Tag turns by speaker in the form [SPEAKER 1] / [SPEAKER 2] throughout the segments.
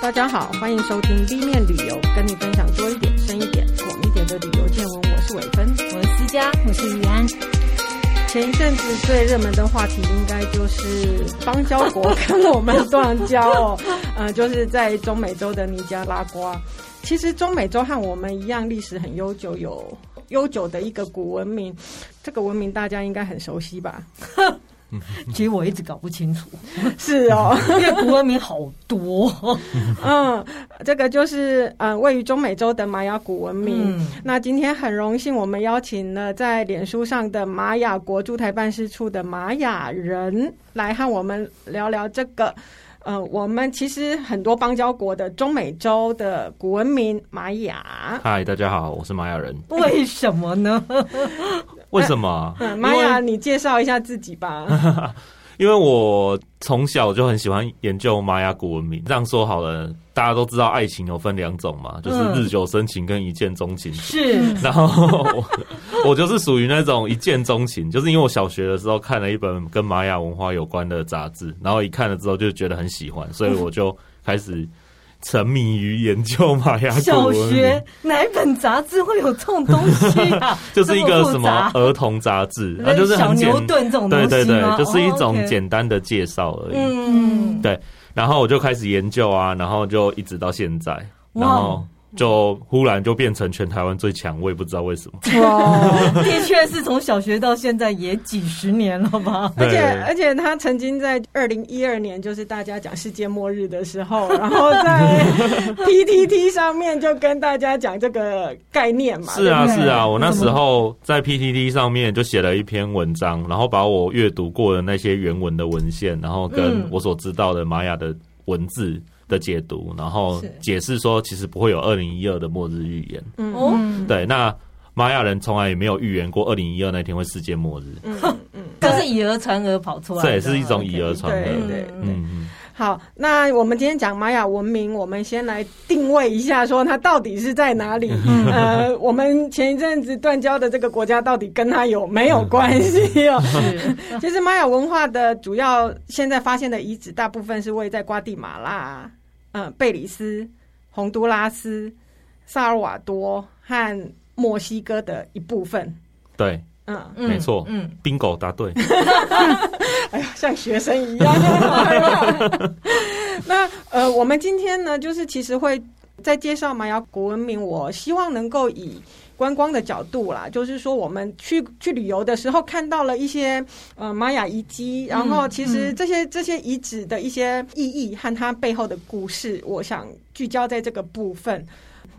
[SPEAKER 1] 大家好，欢迎收听 B 面旅游，跟你分享多一点、深一点、广一点的旅游见闻。我是伟芬，
[SPEAKER 2] 我是思佳，我是于安。
[SPEAKER 1] 前一阵子最热门的话题应该就是邦交国跟我们断交哦， 呃，就是在中美洲的尼加拉瓜。其实中美洲和我们一样，历史很悠久，有悠久的一个古文明。这个文明大家应该很熟悉吧？
[SPEAKER 2] 其实我一直搞不清楚，
[SPEAKER 1] 是哦，
[SPEAKER 2] 因为古文明好多。
[SPEAKER 1] 嗯，这个就是呃，位于中美洲的玛雅古文明。
[SPEAKER 2] 嗯
[SPEAKER 1] 那今天很荣幸，我们邀请了在脸书上的玛雅国驻台办事处的玛雅人来和我们聊聊这个。呃，我们其实很多邦交国的中美洲的古文明玛雅，
[SPEAKER 3] 嗨，大家好，我是玛雅人。
[SPEAKER 2] 为什么呢？
[SPEAKER 3] 为什么？
[SPEAKER 1] 嗯，玛雅，你介绍一下自己吧。
[SPEAKER 3] 因为我从小就很喜欢研究玛雅古文明。这样说好了，大家都知道爱情有分两种嘛，就是
[SPEAKER 2] 嗯
[SPEAKER 3] 日久生情跟一见钟情。
[SPEAKER 2] 是
[SPEAKER 3] 然后我 我就是属于那种一见钟情，就是因为我小学的时候看了一本跟玛雅文化有关的杂志，然后一看了之后就觉得很喜欢，所以我就开始沉迷于研究玛雅古
[SPEAKER 2] 小
[SPEAKER 3] 文明。
[SPEAKER 2] 学哪一本杂志会有这种东西啊？
[SPEAKER 3] 就是一
[SPEAKER 2] 这
[SPEAKER 3] 个
[SPEAKER 2] 复
[SPEAKER 3] 什么
[SPEAKER 2] 杂
[SPEAKER 3] 儿童杂志，
[SPEAKER 2] 类
[SPEAKER 3] 啊，就是
[SPEAKER 2] 小
[SPEAKER 3] 很简
[SPEAKER 2] 牛顿这种东西
[SPEAKER 3] 对对对
[SPEAKER 2] 吗，
[SPEAKER 3] 就是一
[SPEAKER 2] 哦
[SPEAKER 3] 种
[SPEAKER 2] ，OK
[SPEAKER 3] 简单的介绍而已。
[SPEAKER 1] 嗯，
[SPEAKER 3] 对然后我就开始研究啊，然后就一直到现在，
[SPEAKER 2] 哇
[SPEAKER 3] 然后就忽然就变成全台湾最强，我也不知道为什么。
[SPEAKER 1] 哇，
[SPEAKER 2] 的确是从小学到现在也几十年了 吧？
[SPEAKER 1] 而且
[SPEAKER 3] 对
[SPEAKER 1] 而且他曾经在二零一二年，就是大家讲世界末日的时 候，然后在 PTT 上面就跟大家讲这个概念嘛。
[SPEAKER 3] 是啊
[SPEAKER 2] 对不对
[SPEAKER 3] 是啊，我那
[SPEAKER 2] 怎么
[SPEAKER 3] 时候在 PTT 上面就写了一篇文章，然后把我阅读过的那些原文的文献，然后跟
[SPEAKER 2] 嗯
[SPEAKER 3] 我所知道的玛雅的文字。的解读，然后
[SPEAKER 2] 是
[SPEAKER 3] 解释说，其实不会有二零一二的末日预言。
[SPEAKER 1] 嗯
[SPEAKER 2] 哦，
[SPEAKER 3] 对，那玛雅人从来也没有预言过二零一二那天会世界末日，
[SPEAKER 1] 嗯 嗯，
[SPEAKER 2] 这是以讹传讹跑出来的，
[SPEAKER 3] 这也是一种以讹
[SPEAKER 2] OK
[SPEAKER 3] 传
[SPEAKER 1] 对
[SPEAKER 3] 讹。
[SPEAKER 1] 对
[SPEAKER 2] 嗯
[SPEAKER 3] 嗯嗯，
[SPEAKER 1] 好，那我们今天讲玛雅文明，我们先来定位一下，说它到底是在哪里？
[SPEAKER 3] 嗯
[SPEAKER 1] 呃，我们前一阵子断交的这个国家到底跟它有没有关系 哦？ 其实玛雅文化的主要现在发现的遗址，大部分是位在瓜地马拉、嗯、贝里斯、洪都拉斯、萨尔瓦多和墨西哥的一部分。
[SPEAKER 3] 对，
[SPEAKER 1] 嗯，
[SPEAKER 2] 嗯
[SPEAKER 3] 没错
[SPEAKER 2] 嗯，
[SPEAKER 3] bingo 答 对。
[SPEAKER 1] 哎呀，像学生一样。 那呃，我们今天呢，就是其实会在介绍玛雅古文明，我希望能够以观光的角度啦，就是说我们去去旅游的时候看到了一些呃玛雅遗迹，然后其实这些、这些遗址的一些意义和它背后的故事，我想聚焦在这个部分。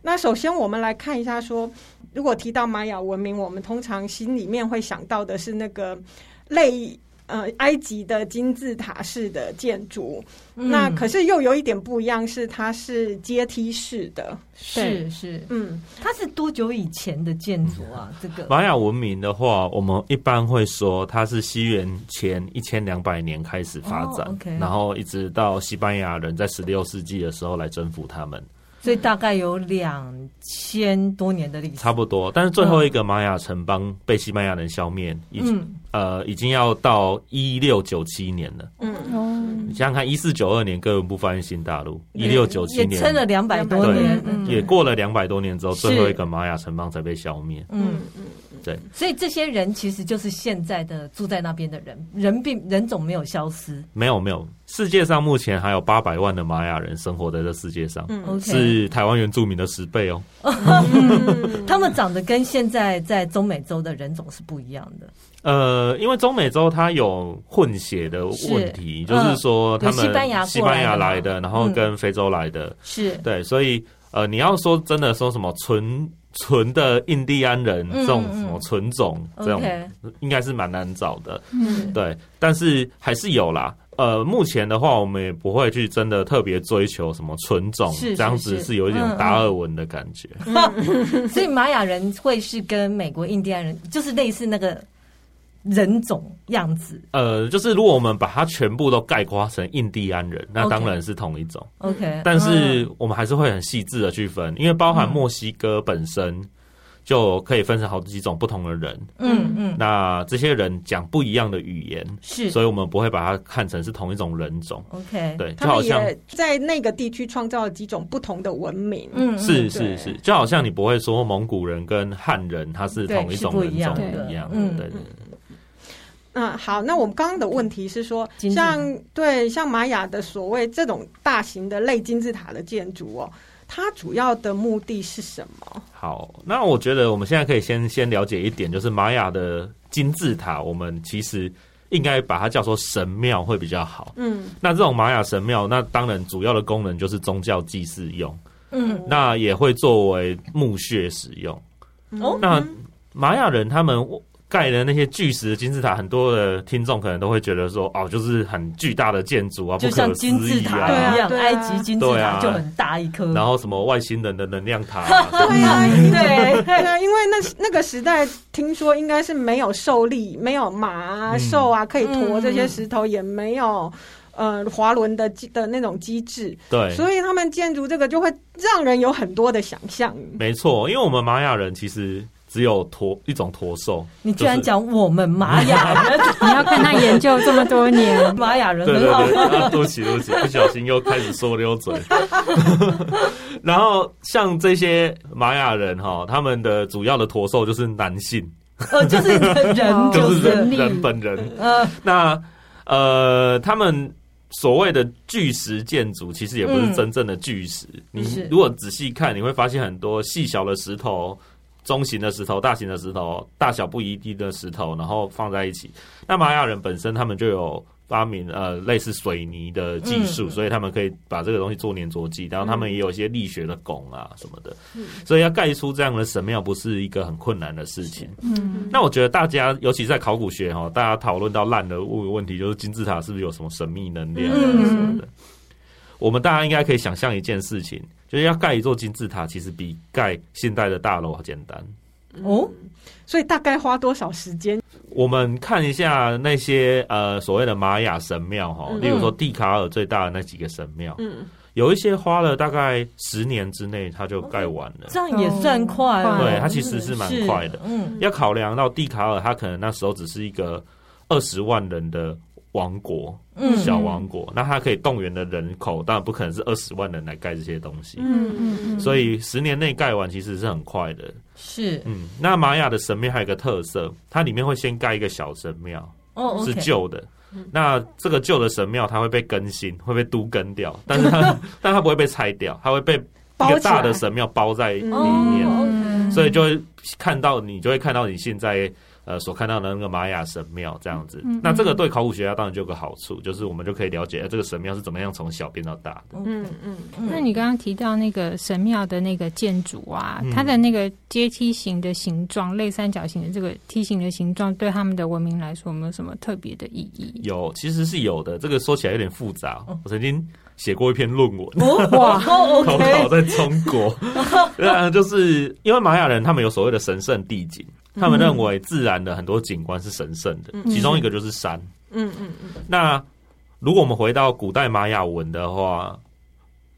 [SPEAKER 1] 那首先我们来看一下说。如果提到玛雅文明，我们通常心里面会想到的是那个类呃埃及的金字塔式的建筑，
[SPEAKER 2] 嗯
[SPEAKER 1] 那可是又有一点不一样，是它是阶梯式的。对
[SPEAKER 2] 是是，
[SPEAKER 1] 嗯，
[SPEAKER 2] 它是多久以前的建筑啊？这个
[SPEAKER 3] 玛雅文明的话，我们一般会说它是西元前一千两百年开始发展，
[SPEAKER 2] 哦，OK
[SPEAKER 3] 然后一直到西班牙人在十六世纪的时候来征服他们，
[SPEAKER 2] 所以大概有两千多年的历史，
[SPEAKER 3] 差不多。但是最后一个玛雅城邦被西班牙人消灭，已经、
[SPEAKER 2] 嗯，
[SPEAKER 3] 呃已经要到一六九七年了。
[SPEAKER 1] 嗯
[SPEAKER 2] 嗯
[SPEAKER 4] 哦，
[SPEAKER 3] 你想想看，一四九二年哥伦布发现新大陆，一
[SPEAKER 1] 也
[SPEAKER 3] 六九七
[SPEAKER 2] 也
[SPEAKER 3] 年
[SPEAKER 2] 撑了两百多
[SPEAKER 3] 对
[SPEAKER 2] 年，
[SPEAKER 3] 也
[SPEAKER 2] 嗯
[SPEAKER 3] 过了两百多年之后，
[SPEAKER 2] 是
[SPEAKER 3] 最后一个玛雅城邦才被消灭。
[SPEAKER 2] 嗯，
[SPEAKER 3] 对，
[SPEAKER 2] 所以这些人其实就是现在的住在那边的人，人并人种没有消失。
[SPEAKER 3] 没有没有，世界上目前还有八百万的玛雅人生活在这世界上，
[SPEAKER 1] 嗯
[SPEAKER 2] OK，
[SPEAKER 3] 是台湾原住民的十倍哦。
[SPEAKER 2] 他们长得跟现在在中美洲的人种是不一样的，
[SPEAKER 3] 呃，因为中美洲它有混血的问题，就是说他们
[SPEAKER 2] 嗯有西班牙过来的嘛
[SPEAKER 3] 西班牙来的，然后
[SPEAKER 2] 嗯
[SPEAKER 3] 跟非洲来的，
[SPEAKER 2] 是
[SPEAKER 3] 对，所以呃，你要说真的说什么纯纯的印第安人
[SPEAKER 2] 嗯
[SPEAKER 3] 这种
[SPEAKER 2] 嗯
[SPEAKER 3] 什么纯种这种，
[SPEAKER 2] OK，
[SPEAKER 3] 应该是蛮难找的。
[SPEAKER 4] 嗯，
[SPEAKER 3] 对，但是还是有啦。呃，目前的话，我们也不会去真的特别追求什么纯种，
[SPEAKER 2] 是是
[SPEAKER 3] 这样子
[SPEAKER 2] 是
[SPEAKER 3] 是有一
[SPEAKER 2] 嗯
[SPEAKER 3] 种达尔文的感觉。
[SPEAKER 2] 所以玛雅人会是跟美国印第安人，就是类似那个人种样子。
[SPEAKER 3] 呃，就是如果我们把它全部都概括成印第安人，那
[SPEAKER 2] OK
[SPEAKER 3] 当然是同一种。
[SPEAKER 2] OK，
[SPEAKER 3] 但是我们还是会很细致的去分，因为包含墨西哥本身。就可以分成好几种不同的人。
[SPEAKER 2] 嗯嗯，
[SPEAKER 3] 那这些人讲不一样的语言，
[SPEAKER 2] 是
[SPEAKER 3] 所以我们不会把它看成是同一种人种。
[SPEAKER 2] OK，
[SPEAKER 3] 对，就
[SPEAKER 1] 他
[SPEAKER 3] 好
[SPEAKER 1] 们
[SPEAKER 3] 像
[SPEAKER 1] 也在那个地区创造了几种不同的文明。
[SPEAKER 2] 嗯，嗯
[SPEAKER 3] 是
[SPEAKER 1] 对
[SPEAKER 3] 是是，就好像你不会说蒙古人跟汉人他是
[SPEAKER 2] 对
[SPEAKER 3] 同一
[SPEAKER 2] 是
[SPEAKER 3] 种
[SPEAKER 2] 不
[SPEAKER 3] 人
[SPEAKER 2] 一样
[SPEAKER 3] 种
[SPEAKER 1] 的
[SPEAKER 3] 一样的，
[SPEAKER 2] 嗯
[SPEAKER 3] 对对对。
[SPEAKER 1] 嗯，好，那我们刚刚的问题是说，
[SPEAKER 2] 金字塔
[SPEAKER 1] 像对像玛雅的所谓这种大型的类金字塔的建筑哦，它主要的目的是什么？
[SPEAKER 3] 好，那我觉得我们现在可以先先了解一点，就是玛雅的金字塔，我们其实应该把它叫做神庙会比较好。
[SPEAKER 1] 嗯
[SPEAKER 3] 那这种玛雅神庙，那当然主要的功能就是宗教祭祀用，
[SPEAKER 2] 嗯
[SPEAKER 3] 那也会作为墓穴使用。
[SPEAKER 2] 哦
[SPEAKER 3] 嗯那玛雅人他们盖的那些巨石的金字塔，很多的听众可能都会觉得说，哦，就是很巨大的建筑啊，不
[SPEAKER 2] 就
[SPEAKER 3] 可
[SPEAKER 2] 像
[SPEAKER 3] 思
[SPEAKER 2] 金字
[SPEAKER 3] 议
[SPEAKER 2] 塔
[SPEAKER 1] 对
[SPEAKER 2] 一
[SPEAKER 1] 啊
[SPEAKER 2] 样，
[SPEAKER 1] 对啊
[SPEAKER 2] 埃及金字
[SPEAKER 3] 对
[SPEAKER 2] 塔
[SPEAKER 3] 啊
[SPEAKER 2] 就很大一颗，
[SPEAKER 3] 然后什么外星人的能量塔、啊，
[SPEAKER 1] 对啊，
[SPEAKER 2] 对，
[SPEAKER 1] 对啊，因为那那个时代，听说应该是没有受力，没有马啊、
[SPEAKER 3] 嗯
[SPEAKER 1] 兽啊可以驮这些石头，也没有呃滑轮的机的那种机制，
[SPEAKER 3] 对，
[SPEAKER 1] 所以他们建筑这个就会让人有很多的想象。
[SPEAKER 3] 没错，因为我们玛雅人其实只有驼一种驼兽，
[SPEAKER 2] 你居然
[SPEAKER 3] 就是
[SPEAKER 2] 讲我们玛雅人，，
[SPEAKER 4] 你要看他研究这么多年
[SPEAKER 2] 玛雅人
[SPEAKER 3] 对
[SPEAKER 2] 很
[SPEAKER 3] 对
[SPEAKER 2] 好，
[SPEAKER 3] 对，啊，对不起对不起，不小心又开始说溜嘴。 然后像这些玛雅人哈，他们的主要的驼兽就是男性，
[SPEAKER 2] 呃，就是人
[SPEAKER 4] 哦
[SPEAKER 3] 就
[SPEAKER 2] 就是
[SPEAKER 3] 人
[SPEAKER 2] 是，
[SPEAKER 4] 力
[SPEAKER 3] 人本人。
[SPEAKER 2] 呃，
[SPEAKER 3] 那呃，他们。所谓的巨石建筑，其实也不是真正的巨石。
[SPEAKER 2] 嗯是
[SPEAKER 3] 你如果仔细看，你会发现很多细小的石头、中型的石头、大型的石头、大小不一定的石头，然后放在一起。那玛雅人本身他们就有发明呃类似水泥的技术，
[SPEAKER 2] 嗯
[SPEAKER 3] 所以他们可以把这个东西做粘着剂，然后他们也有一些力学的拱啊什么的，
[SPEAKER 2] 嗯
[SPEAKER 3] 所以要盖出这样的神庙不是一个很困难的事情。
[SPEAKER 4] 嗯，
[SPEAKER 3] 那我觉得大家，尤其在考古学哈，大家讨论到烂的问问题，就是金字塔是不是有什么神秘能量啊
[SPEAKER 2] 嗯
[SPEAKER 3] 什么的。我们大家应该可以想象一件事情，就是要盖一座金字塔，其实比盖现代的大楼简单。
[SPEAKER 2] 哦，
[SPEAKER 1] 所以大概花多少时间？
[SPEAKER 3] 我们看一下那些呃所谓的玛雅神庙哈，
[SPEAKER 1] 嗯
[SPEAKER 3] 例如说蒂卡尔最大的那几个神庙，
[SPEAKER 1] 嗯，
[SPEAKER 3] 有一些花了大概十年之内，它就盖完了。
[SPEAKER 1] 嗯
[SPEAKER 2] 这样也算快哦，
[SPEAKER 4] 对
[SPEAKER 3] 它其实是蛮快的
[SPEAKER 2] 嗯
[SPEAKER 3] 要考量到蒂卡尔，它可能那时候只是一个二十万人的王国，
[SPEAKER 2] 嗯
[SPEAKER 3] 小王国，那它可以动员的人口，当然不可能是二十万人来盖这些东西，
[SPEAKER 1] 嗯嗯
[SPEAKER 4] 嗯
[SPEAKER 3] 所以十年内盖完其实是很快的。
[SPEAKER 2] 是
[SPEAKER 3] 嗯，那玛雅的神庙还有一个特色，它里面会先盖一个小神庙，
[SPEAKER 2] 哦，OK，
[SPEAKER 3] 是旧的。
[SPEAKER 1] 嗯
[SPEAKER 3] 那这个旧的神庙它会被更新，会被都更掉，但 是它但它不会被拆掉，它会被一
[SPEAKER 1] 包
[SPEAKER 3] 个
[SPEAKER 1] 起来
[SPEAKER 3] 大的神庙包在里面。
[SPEAKER 2] 哦
[SPEAKER 3] 所以
[SPEAKER 4] 嗯
[SPEAKER 3] 就会看到你就会看到你现在呃所看到的那个玛雅神庙这样子。
[SPEAKER 4] 嗯嗯
[SPEAKER 3] 那这个对考古学家当然就有个好处，就是我们就可以了解、呃这个神庙是怎么样从小变到大的。
[SPEAKER 1] 嗯嗯
[SPEAKER 4] 那你刚刚提到那个神庙的那个建筑啊，
[SPEAKER 3] 嗯
[SPEAKER 4] 它的那个阶梯形的形状、类三角形的这个梯形的形状，对他们的文明来说有没有什么特别的意义？
[SPEAKER 3] 有其实是有的，这个说起来有点复杂。
[SPEAKER 4] 哦
[SPEAKER 3] 我曾经写过一篇论 文。
[SPEAKER 2] 哇哦
[SPEAKER 3] 投稿
[SPEAKER 2] ，OK，
[SPEAKER 3] 在中国， 对啊，就是因为玛雅人他们有所谓的神圣地景，他
[SPEAKER 4] 嗯
[SPEAKER 3] 们认为自然的很多景观是神圣的，
[SPEAKER 1] 嗯
[SPEAKER 3] 其中一个就是山。
[SPEAKER 1] 嗯嗯嗯，
[SPEAKER 3] 那如果我们回到古代玛雅文的话，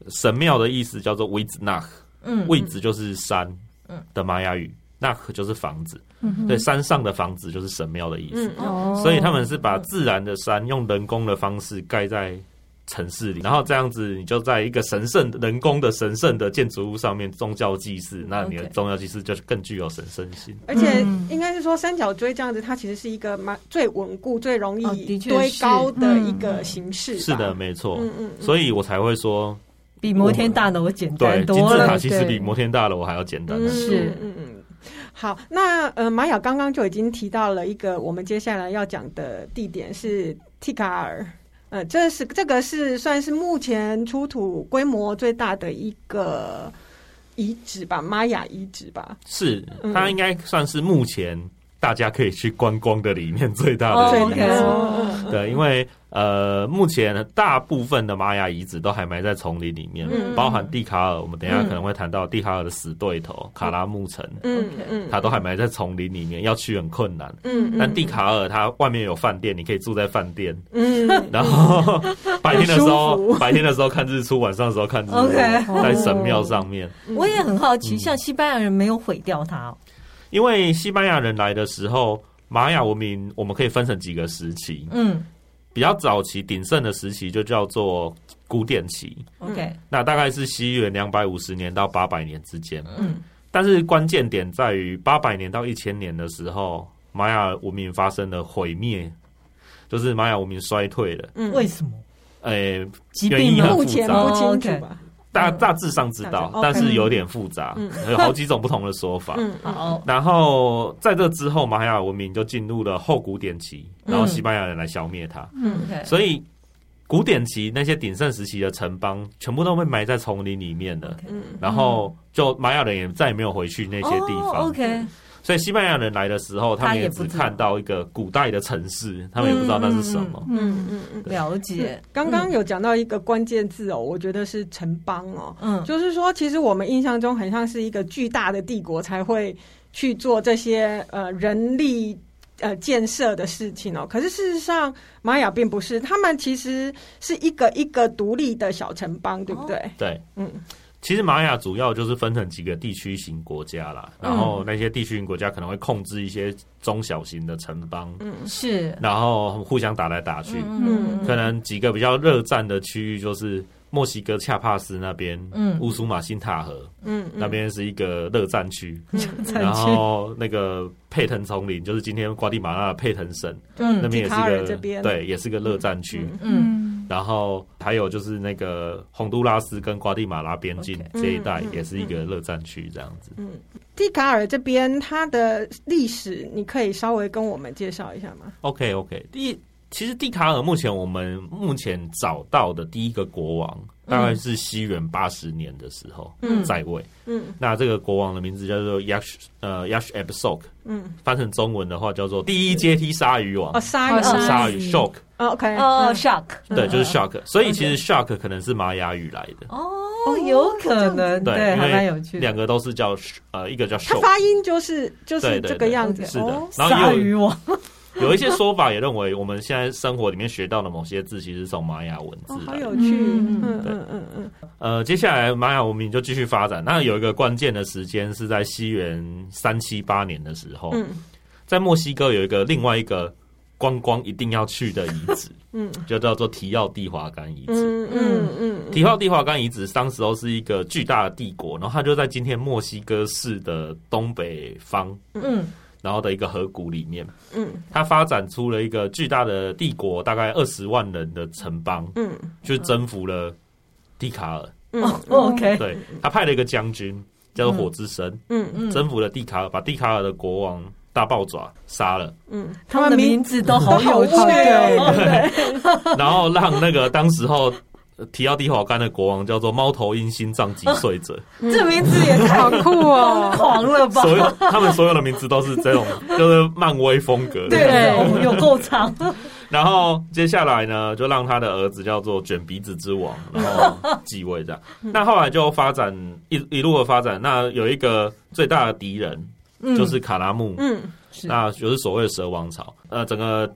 [SPEAKER 3] 神庙的意思叫做 w i z n a
[SPEAKER 2] 嗯
[SPEAKER 3] 位置就是山
[SPEAKER 2] 嗯
[SPEAKER 3] 的玛雅语，那就是房子，
[SPEAKER 4] 嗯
[SPEAKER 3] 对，山上的房子就是神庙的意思。
[SPEAKER 1] 嗯
[SPEAKER 4] 哦
[SPEAKER 3] 所以他们是把自然的山用人工的方式盖在城市里，然后这样子你就在一个神圣的人工的神圣的建筑物上面宗教祭祀，那你的
[SPEAKER 2] OK
[SPEAKER 3] 宗教祭祀就是更具有神圣性。
[SPEAKER 1] 而且
[SPEAKER 4] 嗯
[SPEAKER 1] 应该是说三角锥这样子，它其实是一个蛮最稳固、最容
[SPEAKER 2] 哦
[SPEAKER 1] 易
[SPEAKER 2] 的确
[SPEAKER 1] 堆
[SPEAKER 2] 是
[SPEAKER 1] 高的
[SPEAKER 4] 嗯
[SPEAKER 1] 一个形式吧。
[SPEAKER 3] 是的，没错。
[SPEAKER 1] 嗯嗯，嗯
[SPEAKER 3] 所以我才会说，
[SPEAKER 2] 比摩天大楼简
[SPEAKER 3] 对
[SPEAKER 2] 单
[SPEAKER 3] 金
[SPEAKER 2] 多
[SPEAKER 3] 字
[SPEAKER 2] 了
[SPEAKER 3] 塔，其实
[SPEAKER 4] 对
[SPEAKER 3] 比摩天大楼还要简单啊
[SPEAKER 1] 嗯
[SPEAKER 3] 很多。
[SPEAKER 2] 是
[SPEAKER 1] 嗯嗯。好，那呃，玛雅刚刚就已经提到了一个我们接下来要讲的地点是蒂卡尔，呃，这是这个是算是目前出土规模最大的一个遗址吧，玛雅遗址吧，
[SPEAKER 3] 是
[SPEAKER 1] 嗯，
[SPEAKER 3] 它应该算是目前大家可以去观光的里面最大
[SPEAKER 2] 哦
[SPEAKER 3] 的
[SPEAKER 1] 最
[SPEAKER 3] 遗
[SPEAKER 2] OK
[SPEAKER 3] 址。
[SPEAKER 1] 大，
[SPEAKER 3] 对，因为呃，目前大部分的玛雅遗址都还埋在丛林里面，
[SPEAKER 1] 嗯
[SPEAKER 3] 包含蒂卡尔，我们等一下
[SPEAKER 2] 嗯
[SPEAKER 3] 可能会谈到蒂卡尔的死对头、卡拉木城，
[SPEAKER 1] 嗯
[SPEAKER 2] OK
[SPEAKER 1] 嗯，
[SPEAKER 3] 它都还埋在丛林里面，要去很困难。
[SPEAKER 1] 嗯，嗯
[SPEAKER 3] 但蒂，卡尔它外面有饭店，你可以住在饭店，
[SPEAKER 1] 嗯，
[SPEAKER 3] 然后白天的时
[SPEAKER 1] 很
[SPEAKER 3] 候
[SPEAKER 1] 舒服
[SPEAKER 3] 白天的时候看日出，晚上的时候看日落
[SPEAKER 2] OK
[SPEAKER 3] 在神庙上面。
[SPEAKER 1] 嗯
[SPEAKER 2] 我也很好奇，
[SPEAKER 3] 嗯
[SPEAKER 2] 像西班牙人没有毁掉它哦，
[SPEAKER 3] 因为西班牙人来的时候，玛雅文明我们可以分成几个时期，
[SPEAKER 2] 嗯
[SPEAKER 3] 比较早期鼎盛的时期就叫做古典期，
[SPEAKER 2] ，OK，
[SPEAKER 3] 那大概是西元两百五十年到八百年之间。
[SPEAKER 2] 嗯，
[SPEAKER 3] 但是关键点在于八百年到一千年的时候，玛雅文明发生了毁灭，就是玛雅文明衰退了。
[SPEAKER 1] 嗯，
[SPEAKER 2] 为什么？
[SPEAKER 3] 诶、
[SPEAKER 2] 疾
[SPEAKER 3] 原因
[SPEAKER 2] 病
[SPEAKER 3] 很
[SPEAKER 2] 吗
[SPEAKER 3] 复
[SPEAKER 1] 目前
[SPEAKER 3] 杂
[SPEAKER 1] 不清
[SPEAKER 2] 哦，OK
[SPEAKER 1] 楚吧？
[SPEAKER 3] 大
[SPEAKER 2] 嗯
[SPEAKER 3] 大致上知道，
[SPEAKER 1] 大致
[SPEAKER 3] 但是
[SPEAKER 4] OK
[SPEAKER 3] 有点复杂，
[SPEAKER 1] 嗯
[SPEAKER 3] 有好几种不同的说法。
[SPEAKER 1] 嗯，嗯
[SPEAKER 2] 哦好，
[SPEAKER 3] 然后在这之后，玛雅文明就进入了后古典期，
[SPEAKER 2] 嗯
[SPEAKER 3] 然后西班牙人来消灭它。
[SPEAKER 4] 嗯，
[SPEAKER 2] 哦，OK，
[SPEAKER 3] 所以古典期那些鼎盛时期的城邦，全部都被埋在丛林里面了。
[SPEAKER 2] OK
[SPEAKER 1] 嗯
[SPEAKER 3] 然后就玛雅人也再也没有回去那些地方。
[SPEAKER 2] 哦，OK，
[SPEAKER 3] 所以西班牙人来的时候，他
[SPEAKER 2] 他
[SPEAKER 3] 们
[SPEAKER 2] 也
[SPEAKER 3] 也
[SPEAKER 2] 不
[SPEAKER 3] 只
[SPEAKER 2] 知道
[SPEAKER 3] 看到一个古代的城市，他们也不知道那是什么。
[SPEAKER 1] 嗯嗯嗯。
[SPEAKER 2] 了解，
[SPEAKER 1] 刚刚有讲到一个关键字哦，我觉得是城邦哦，
[SPEAKER 2] 嗯，
[SPEAKER 1] 就是说，其实我们印象中很像是一个巨大的帝国才会去做这些呃人力呃建设的事情哦。可是事实上，玛雅并不是，他们其实是一个一个独立的小城邦，对不对？
[SPEAKER 3] 对，
[SPEAKER 1] 嗯
[SPEAKER 3] 其实玛雅主要就是分成几个地区型国家啦，
[SPEAKER 2] 嗯
[SPEAKER 3] 然后那些地区型国家可能会控制一些中小型的城邦，
[SPEAKER 1] 嗯
[SPEAKER 2] 是，
[SPEAKER 3] 然后互相打来打去。
[SPEAKER 1] 嗯
[SPEAKER 3] 可能几个比较热战的区域就是墨西哥恰帕斯那边，
[SPEAKER 2] 嗯
[SPEAKER 3] 乌苏马辛塔河
[SPEAKER 1] 嗯，
[SPEAKER 3] 那边是一个热战区，
[SPEAKER 1] 嗯
[SPEAKER 2] 战
[SPEAKER 3] 然
[SPEAKER 2] 区
[SPEAKER 3] 后那个佩腾丛林，就是今天瓜地马拉的佩腾省，那
[SPEAKER 2] 嗯
[SPEAKER 3] 边也是
[SPEAKER 1] 吉卡
[SPEAKER 3] 一
[SPEAKER 1] 尔
[SPEAKER 3] 个
[SPEAKER 1] 这边
[SPEAKER 3] 对，也是个热战区。
[SPEAKER 2] 嗯，
[SPEAKER 3] 然后还有就是那个洪都拉斯跟瓜地马拉边境
[SPEAKER 2] OK
[SPEAKER 3] 这一带
[SPEAKER 1] 嗯嗯
[SPEAKER 3] 也是一个热战区，这样子。
[SPEAKER 1] 蒂卡尔这边它的历史，你可以稍微跟我们介绍一下吗？
[SPEAKER 3] OK OK，第其实蒂卡尔目前我们目前找到的第一个国王，大概是西元八十年的时候
[SPEAKER 2] 嗯
[SPEAKER 3] 在位。
[SPEAKER 1] 嗯
[SPEAKER 3] 那这个国王的名字叫做 Yash 呃 Yash e b s o k
[SPEAKER 1] 嗯，
[SPEAKER 3] 翻成中文的话叫做第一阶梯鲨鱼王
[SPEAKER 1] 哦，。鲨鱼，
[SPEAKER 4] 哦鲨
[SPEAKER 3] 鲨鱼
[SPEAKER 4] 鱼
[SPEAKER 3] Shock，
[SPEAKER 1] 哦，OK，
[SPEAKER 2] 哦
[SPEAKER 1] 嗯
[SPEAKER 2] ，shock，
[SPEAKER 3] 对，就是 Shock，所以
[SPEAKER 2] OK
[SPEAKER 3] 其实 Shock 可能是玛雅语来的，
[SPEAKER 2] 哦，有可能，
[SPEAKER 3] 对
[SPEAKER 2] 对，
[SPEAKER 3] 因
[SPEAKER 2] 还
[SPEAKER 3] 为
[SPEAKER 2] 蛮有趣
[SPEAKER 3] 两
[SPEAKER 2] 的。
[SPEAKER 3] 个都是叫呃，一个叫
[SPEAKER 1] 它
[SPEAKER 3] Shock，
[SPEAKER 1] 发音就是就是
[SPEAKER 3] 对对
[SPEAKER 1] 这个样子，
[SPEAKER 2] 对
[SPEAKER 3] 是的
[SPEAKER 1] 哦，
[SPEAKER 3] 然后
[SPEAKER 2] 鲨
[SPEAKER 3] 也有
[SPEAKER 2] 鱼王，
[SPEAKER 3] 有一些说法也认为，我们现在生活里面学到的某些字，其实是从玛雅文字
[SPEAKER 1] 哦，好
[SPEAKER 3] 来的。
[SPEAKER 1] 有趣，
[SPEAKER 4] 嗯
[SPEAKER 1] 嗯嗯嗯嗯
[SPEAKER 3] 呃，接下来玛雅文明就继续发展。那有一个关键的时间是在西元三七八年的时候，
[SPEAKER 1] 嗯
[SPEAKER 3] 在墨西哥有一个另外一个观光一定要去的遗址，
[SPEAKER 1] 嗯
[SPEAKER 3] 就叫做提奥蒂华干遗址。
[SPEAKER 1] 嗯嗯嗯，
[SPEAKER 3] 提奥蒂华干遗址当时候是一个巨大的帝国，然后它就在今天墨西哥市的东北方，
[SPEAKER 2] 嗯
[SPEAKER 3] 然后的一个河谷里面，
[SPEAKER 1] 嗯
[SPEAKER 3] 它发展出了一个巨大的帝国，大概二十万人的城邦。
[SPEAKER 1] 嗯
[SPEAKER 3] 就征服了蒂卡尔。
[SPEAKER 1] 嗯
[SPEAKER 2] ，OK，
[SPEAKER 3] 对他派了一个将军叫做火之神，
[SPEAKER 1] 嗯
[SPEAKER 2] 嗯，
[SPEAKER 3] 征服了蒂卡尔，把蒂卡尔的国王大爆爪杀了，
[SPEAKER 1] 嗯，
[SPEAKER 2] 他们的名字都好有趣
[SPEAKER 1] 都好哎味
[SPEAKER 2] 哦，
[SPEAKER 3] 然后让那个当时候。提奥蒂华干的国王叫做猫头鹰心脏击碎者，
[SPEAKER 2] 这名字也太
[SPEAKER 1] 好酷哦，
[SPEAKER 2] 狂了吧？
[SPEAKER 3] 所有他们所有的名字都是这种，就是漫威风格。
[SPEAKER 2] 对，哦有够 长，
[SPEAKER 3] 然后接下来呢，就让他的儿子叫做卷鼻子之王，然后继 位这样。
[SPEAKER 2] 嗯
[SPEAKER 3] 那后来就发展一一路的发展，那有一个最大的敌人
[SPEAKER 2] 嗯
[SPEAKER 3] 就是卡拉木，
[SPEAKER 1] 嗯
[SPEAKER 2] 是
[SPEAKER 3] 那就是所谓的蛇王朝。呃，整个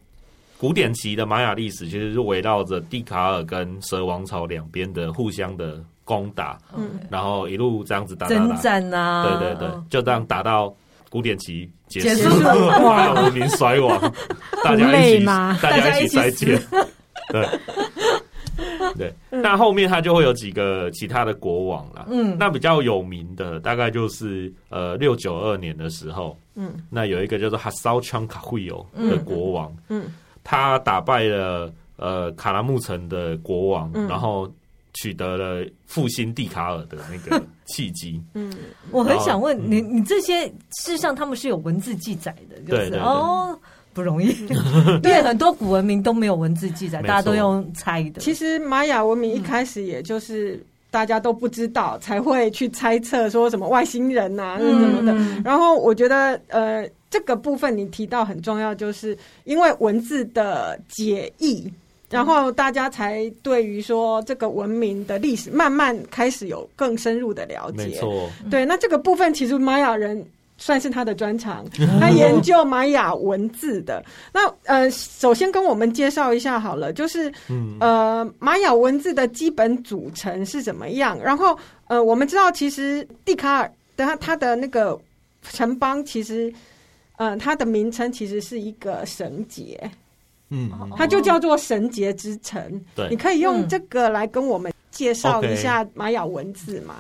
[SPEAKER 3] 古典期的玛雅历史其实是围绕着蒂卡尔跟蛇王朝两边的互相的攻打，
[SPEAKER 1] 嗯
[SPEAKER 3] 然后一路这样子打打
[SPEAKER 2] 征
[SPEAKER 3] 打，
[SPEAKER 2] 战呐，
[SPEAKER 3] 对对对，就这样打到古典期结
[SPEAKER 2] 啊嗯结
[SPEAKER 3] 束
[SPEAKER 2] 束，
[SPEAKER 3] 玛雅文明衰亡，大家一
[SPEAKER 4] 不累
[SPEAKER 3] 起
[SPEAKER 4] 吗
[SPEAKER 3] 大
[SPEAKER 2] 大家
[SPEAKER 3] 家一
[SPEAKER 2] 一
[SPEAKER 3] 起
[SPEAKER 2] 起
[SPEAKER 3] 再见。对对，那后面他就会有几个其他的国王啦。
[SPEAKER 2] 嗯
[SPEAKER 3] 那比较有名的大概就是呃六九二年的时候，
[SPEAKER 1] 嗯
[SPEAKER 3] 那有一个叫做哈骚昌卡惠尤的国王，
[SPEAKER 1] 嗯
[SPEAKER 3] 他打败了呃卡拉木城的国王，
[SPEAKER 1] 嗯
[SPEAKER 3] 然后取得了复兴蒂卡尔的那个契机。
[SPEAKER 1] 嗯
[SPEAKER 2] 我很想问
[SPEAKER 3] 然后嗯
[SPEAKER 2] 你，你这些事实上他们是有文字记载的，就
[SPEAKER 3] 对对
[SPEAKER 2] 是
[SPEAKER 3] 对
[SPEAKER 2] 哦。不容易， 因为很多古文明都没有文字记载，
[SPEAKER 3] 没错
[SPEAKER 2] 大家都用猜的。
[SPEAKER 1] 其实玛雅文明一开始也就是大家都不知道，才会去猜测说什么外星人呐、什么的。然后我觉得呃，这个部分你提到很重要，就是因为文字的解译。然后大家才对于说这个文明的历史慢慢开始有更深入的了解。
[SPEAKER 3] 没错，
[SPEAKER 1] 对，那这个部分其实玛雅人算是他的专 长，他研究玛雅文字的。那呃，首先跟我们介绍一下好了，就是
[SPEAKER 3] 嗯，
[SPEAKER 1] 呃，玛雅文字的基本组成是怎么样？然后呃，我们知道其实蒂卡尔的他他的那个城邦其实，嗯、它的名称其实是一个绳结，
[SPEAKER 3] 嗯，
[SPEAKER 2] 哦
[SPEAKER 1] 它就叫做绳结之城。
[SPEAKER 3] 对
[SPEAKER 1] 你可以用
[SPEAKER 2] 嗯
[SPEAKER 1] 这个来跟我们介绍
[SPEAKER 3] OK
[SPEAKER 1] 一下玛雅文字吗？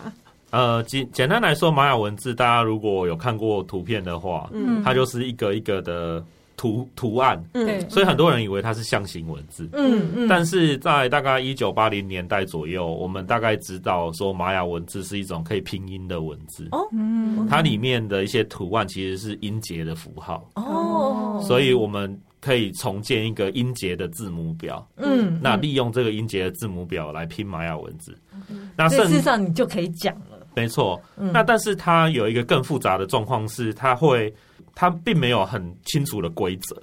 [SPEAKER 3] 呃，简简单来说，玛雅文字，大家如果有看过图片的话，
[SPEAKER 4] 嗯
[SPEAKER 3] 它就是一个一个的图图案，
[SPEAKER 1] 嗯
[SPEAKER 4] 对
[SPEAKER 3] 所以很多人以为它是象形文字。
[SPEAKER 2] 嗯嗯，
[SPEAKER 3] 但是在大概一九八零年代左右，我们大概知道说玛雅文字是一种可以拼音的文字，
[SPEAKER 2] 哦
[SPEAKER 4] 嗯，
[SPEAKER 3] 它里面的一些图案其实是音节的符号，
[SPEAKER 2] 哦，
[SPEAKER 3] 所以我们可以重建一个音节的字母表，
[SPEAKER 2] 嗯，
[SPEAKER 3] 那
[SPEAKER 2] 嗯
[SPEAKER 3] 利用这个音节的字母表来拼玛雅文字。那
[SPEAKER 2] 嗯所以事实
[SPEAKER 3] 甚
[SPEAKER 2] 上你就可以讲了，
[SPEAKER 3] 没错，
[SPEAKER 2] 嗯
[SPEAKER 3] 那但是它有一个更复杂的状况是，它会它并没有很清楚的规则，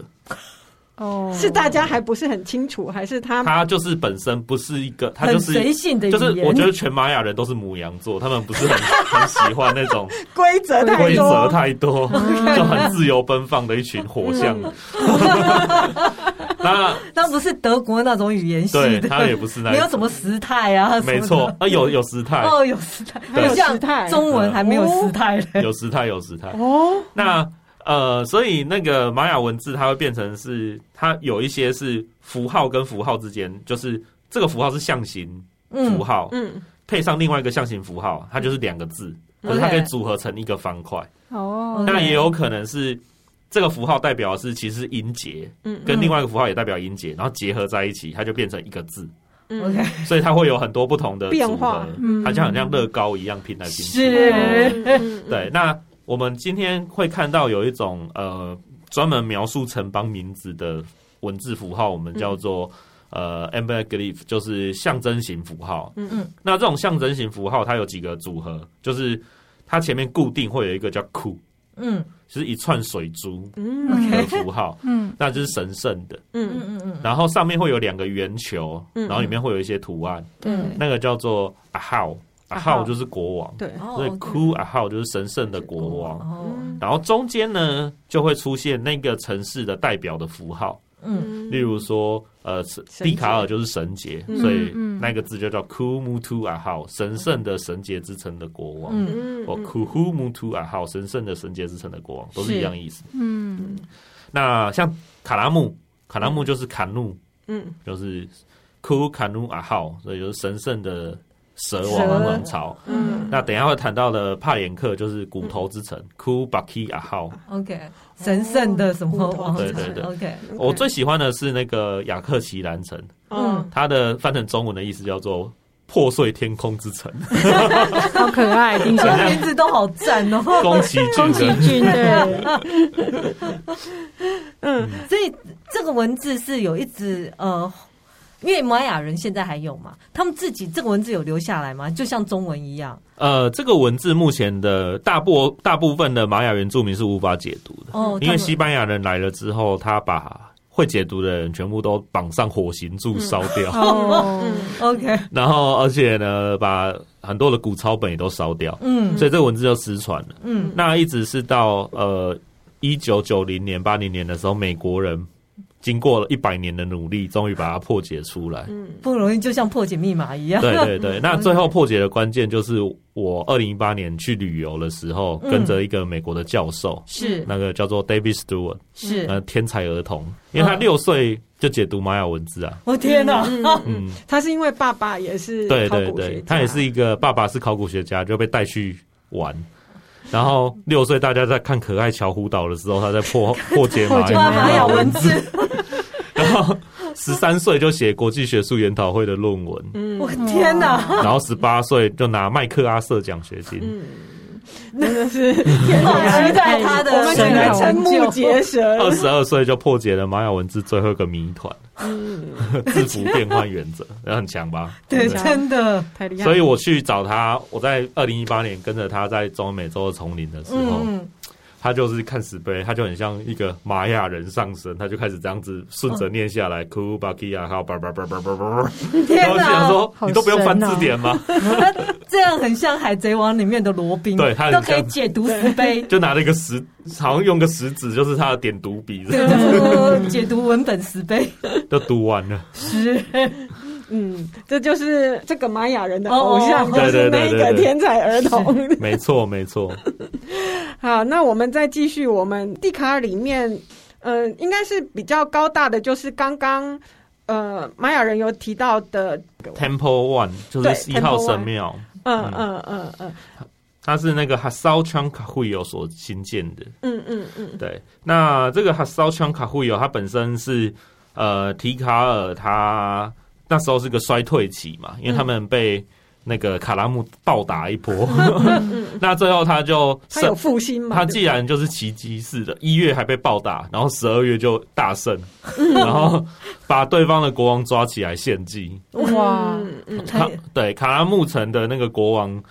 [SPEAKER 4] 哦，
[SPEAKER 1] 是大家还不是很清楚，还是他
[SPEAKER 3] 它就是本身不是一个，它
[SPEAKER 2] 嗯很
[SPEAKER 3] 就是
[SPEAKER 2] 随性的语
[SPEAKER 3] 就
[SPEAKER 2] 言，
[SPEAKER 3] 是我觉得全玛雅人都是母羊座，他们不是很 很喜欢那种
[SPEAKER 1] 规则太
[SPEAKER 3] 规则
[SPEAKER 1] 多？
[SPEAKER 3] 太多，
[SPEAKER 2] 嗯
[SPEAKER 3] 就很自由奔放的一群火象。
[SPEAKER 2] 嗯
[SPEAKER 3] 那
[SPEAKER 2] 那不是德国那种语言系
[SPEAKER 3] 对
[SPEAKER 2] 的，
[SPEAKER 3] 他也不是那
[SPEAKER 2] 没有什么时态啊，
[SPEAKER 3] 没错，啊有有时态
[SPEAKER 2] 什么的，，哦，有时态，
[SPEAKER 1] 还有
[SPEAKER 2] 不像
[SPEAKER 1] 时态
[SPEAKER 2] 中文还没有时态嘞，
[SPEAKER 3] 有时态有时态。
[SPEAKER 1] 哦，
[SPEAKER 3] 那呃，所以那个玛雅文字它会变成是它有一些是符号跟符号之间，就是这个符号是象形符号，
[SPEAKER 1] 嗯，
[SPEAKER 3] 配上另外一个象形符号，它就是两个字，可是它
[SPEAKER 2] OK
[SPEAKER 3] 可以组合成一个方块。
[SPEAKER 1] 嗯
[SPEAKER 4] 哦，
[SPEAKER 3] 那也有可能是这个符号代表的是其实是音节，
[SPEAKER 1] 嗯
[SPEAKER 3] 跟另外一个符号也代表音节，然后结合在一起，它就变成一个字，
[SPEAKER 1] 嗯
[SPEAKER 2] ，OK，
[SPEAKER 3] 所以它会有很多不同的
[SPEAKER 1] 变
[SPEAKER 3] 组合
[SPEAKER 1] 化
[SPEAKER 4] 嗯
[SPEAKER 3] 它就很像乐高一样拼来拼去。
[SPEAKER 2] 是
[SPEAKER 1] 嗯嗯
[SPEAKER 3] 对，那我们今天会看到有一种呃专门描述城邦名字的文字符号，我们叫做、呃 emblematglyph，就是象征型符号。
[SPEAKER 1] 嗯
[SPEAKER 2] 嗯，
[SPEAKER 3] 那这种象征型符号它有几个组合，就是它前面固定会有一个叫 ku，
[SPEAKER 2] 嗯
[SPEAKER 3] 是一串水珠
[SPEAKER 1] 嗯
[SPEAKER 4] 嗯
[SPEAKER 3] 的符 号，
[SPEAKER 4] 嗯
[SPEAKER 3] 那就是神圣的。
[SPEAKER 2] 嗯
[SPEAKER 1] 嗯
[SPEAKER 2] 嗯嗯，
[SPEAKER 3] 然后上面会有两个圆球，
[SPEAKER 1] 嗯
[SPEAKER 3] 然后里面会有一些图案，
[SPEAKER 2] 对
[SPEAKER 4] 嗯
[SPEAKER 3] 那个叫做阿浩，阿浩就是国王，
[SPEAKER 1] 对，
[SPEAKER 2] 哦
[SPEAKER 3] 所以 ku 阿浩就是神圣的国王。
[SPEAKER 2] 哦，
[SPEAKER 3] 然后中间呢就会出现那个城市的代表的符号，
[SPEAKER 2] 嗯
[SPEAKER 3] 例如说，呃，神
[SPEAKER 1] 节
[SPEAKER 3] 蒂卡尔就是神节，
[SPEAKER 1] 嗯
[SPEAKER 3] 所以
[SPEAKER 4] 嗯
[SPEAKER 3] 那个字就叫 Kumutu 阿号，神圣的神节之城的国王。
[SPEAKER 2] 嗯
[SPEAKER 1] 嗯
[SPEAKER 3] 哦，Kuhumutu 阿号，神圣的神节之城的国王，都是
[SPEAKER 2] 是
[SPEAKER 3] 一样意思。
[SPEAKER 4] 嗯
[SPEAKER 3] 那像卡拉木，卡拉木就是坎努，
[SPEAKER 1] 嗯
[SPEAKER 3] 就是 Ku 坎努阿号，所以就是神圣的蛇王
[SPEAKER 2] 蛇
[SPEAKER 3] 王朝。
[SPEAKER 1] 嗯
[SPEAKER 3] 那等一下会谈到的帕连克就是骨头之城，Ku Baki 阿号。
[SPEAKER 2] ，OK，神圣的什么
[SPEAKER 1] 骨头
[SPEAKER 2] 王朝
[SPEAKER 3] 对对对
[SPEAKER 2] ，OK，
[SPEAKER 3] 我最喜欢的是那个雅克奇兰城，
[SPEAKER 1] 嗯
[SPEAKER 3] 它的翻成中文的意思叫做“破碎天空之 城。
[SPEAKER 4] 好可爱，听起
[SPEAKER 2] 这
[SPEAKER 4] 来
[SPEAKER 2] 个名字都好赞哦”，
[SPEAKER 3] 宫崎骏的。
[SPEAKER 1] 军对，
[SPEAKER 2] 所以这个文字是有一直呃，因为玛雅人现在还有嘛，他们自己这个文字有留下来吗？就像中文一样
[SPEAKER 3] 呃，这个文字目前的大部大部分的玛雅原住民是无法解读的，
[SPEAKER 2] 哦，
[SPEAKER 3] 嗯因为
[SPEAKER 2] 他们
[SPEAKER 3] 西班牙人来了之后，他把会解读的人全部都绑上火刑柱烧 掉，
[SPEAKER 4] 哦，
[SPEAKER 2] OK，
[SPEAKER 3] 然后而且呢，把很多的古抄本也都烧掉，
[SPEAKER 2] 嗯
[SPEAKER 3] 所以这个文字就失传了。
[SPEAKER 2] 嗯，
[SPEAKER 3] 那一直是到呃一九九零年、八零年的时候，美国人经过了一百年的努力，终于把它破解出来。
[SPEAKER 1] 嗯
[SPEAKER 2] 不容易，就像破解密码一样。
[SPEAKER 3] 对对 对，那最后破解的关键就是我二零一八年去旅游的时候，
[SPEAKER 2] 嗯
[SPEAKER 3] 跟着一个美国的教授，
[SPEAKER 2] 是
[SPEAKER 3] 那个叫做 David Stewart，
[SPEAKER 2] 是，
[SPEAKER 3] 呃，天才儿童，因为他
[SPEAKER 2] 嗯
[SPEAKER 3] 六岁就解读玛雅文字啊，
[SPEAKER 2] 我天哪，
[SPEAKER 3] 嗯，
[SPEAKER 1] 他是因为爸爸也是
[SPEAKER 3] 对
[SPEAKER 1] 考
[SPEAKER 3] 对
[SPEAKER 1] 古学
[SPEAKER 3] 对，
[SPEAKER 1] 家
[SPEAKER 3] 他也是一个爸爸是考古学家，就被带去玩。然后六岁，大家在看《可爱乔胡岛》的时候，他在 破破解玛
[SPEAKER 4] 破解
[SPEAKER 2] 哇，玛雅
[SPEAKER 3] 雅
[SPEAKER 2] 文
[SPEAKER 3] 文
[SPEAKER 2] 字，
[SPEAKER 3] 然后十三岁就写国际学术研讨会的论文，
[SPEAKER 1] 嗯
[SPEAKER 2] 我天哪，
[SPEAKER 3] 然后十八岁就拿麦克阿瑟奖学金。
[SPEAKER 1] 嗯，真的是天
[SPEAKER 2] 好期
[SPEAKER 1] 才
[SPEAKER 2] 待他
[SPEAKER 1] 我
[SPEAKER 2] 的
[SPEAKER 1] 们整
[SPEAKER 2] 生
[SPEAKER 1] 个
[SPEAKER 2] 涯
[SPEAKER 1] 瞠目结舌。
[SPEAKER 3] 二十二岁就破解了玛雅文字最后一个谜团
[SPEAKER 1] 嗯，
[SPEAKER 3] —— 字符变换原则，很强吧？
[SPEAKER 2] 对，
[SPEAKER 3] 不
[SPEAKER 2] 真的，
[SPEAKER 1] 太厉害了。
[SPEAKER 3] 所以我去找他，我在二零一八年跟着他在中美洲的丛林的时候，
[SPEAKER 2] 嗯嗯，
[SPEAKER 3] 他就是看石碑，他就很像一个玛雅人上身，他就开始这样子顺着念下来，库巴基亚，还有叭叭叭叭叭叭叭，然
[SPEAKER 2] 天
[SPEAKER 3] 后嗯我就想
[SPEAKER 2] 哪，
[SPEAKER 3] 说，
[SPEAKER 4] 好
[SPEAKER 3] 你都不用翻
[SPEAKER 4] 神哦
[SPEAKER 3] 字典吗？
[SPEAKER 2] 他 这样很像《海贼王》里面的罗宾，
[SPEAKER 3] 对他很
[SPEAKER 2] 都可以
[SPEAKER 3] 像
[SPEAKER 2] 解读石碑。
[SPEAKER 3] 就拿了一个食，好像用个食指，就是他的点读笔，
[SPEAKER 2] 对，就是解读文本石碑
[SPEAKER 3] 就读完了。
[SPEAKER 2] 是
[SPEAKER 1] 嗯，这就是这个玛雅人的
[SPEAKER 2] 哦
[SPEAKER 1] 偶像，
[SPEAKER 2] 哦
[SPEAKER 1] 就是那
[SPEAKER 3] 对对对对
[SPEAKER 1] 个
[SPEAKER 3] 对
[SPEAKER 1] 天才儿童。
[SPEAKER 3] 没错，没错。
[SPEAKER 1] 好，那我们再继续，我们地卡里面，嗯、应该是比较高大的，就是刚刚呃玛雅人有提到的，
[SPEAKER 3] Temple One 就是
[SPEAKER 1] 对
[SPEAKER 3] 一号
[SPEAKER 1] Temple
[SPEAKER 3] 神
[SPEAKER 1] One
[SPEAKER 3] 庙，
[SPEAKER 1] 嗯嗯嗯嗯
[SPEAKER 3] 它是那个 h a s a l Chang k a h u y o 所新建的。
[SPEAKER 1] 嗯嗯嗯
[SPEAKER 3] 对，那这个 h a s a l Chang k a h u y o 它本身是呃提卡尔他那时候是个衰退期嘛，因为他
[SPEAKER 1] 嗯
[SPEAKER 3] 们被那个卡拉木暴打一波， 那最后他就
[SPEAKER 1] 嗯他
[SPEAKER 3] 胜
[SPEAKER 1] 有复兴嘛？
[SPEAKER 3] 他
[SPEAKER 1] 对
[SPEAKER 3] 既然就是奇迹似的，一月还被暴打，然后十二月就大胜，
[SPEAKER 1] 嗯
[SPEAKER 3] 然后把对方的国王抓起来献祭。
[SPEAKER 2] 哇，
[SPEAKER 1] 嗯嗯嗯
[SPEAKER 3] 他
[SPEAKER 2] 太
[SPEAKER 3] 对卡拉木城的那个国王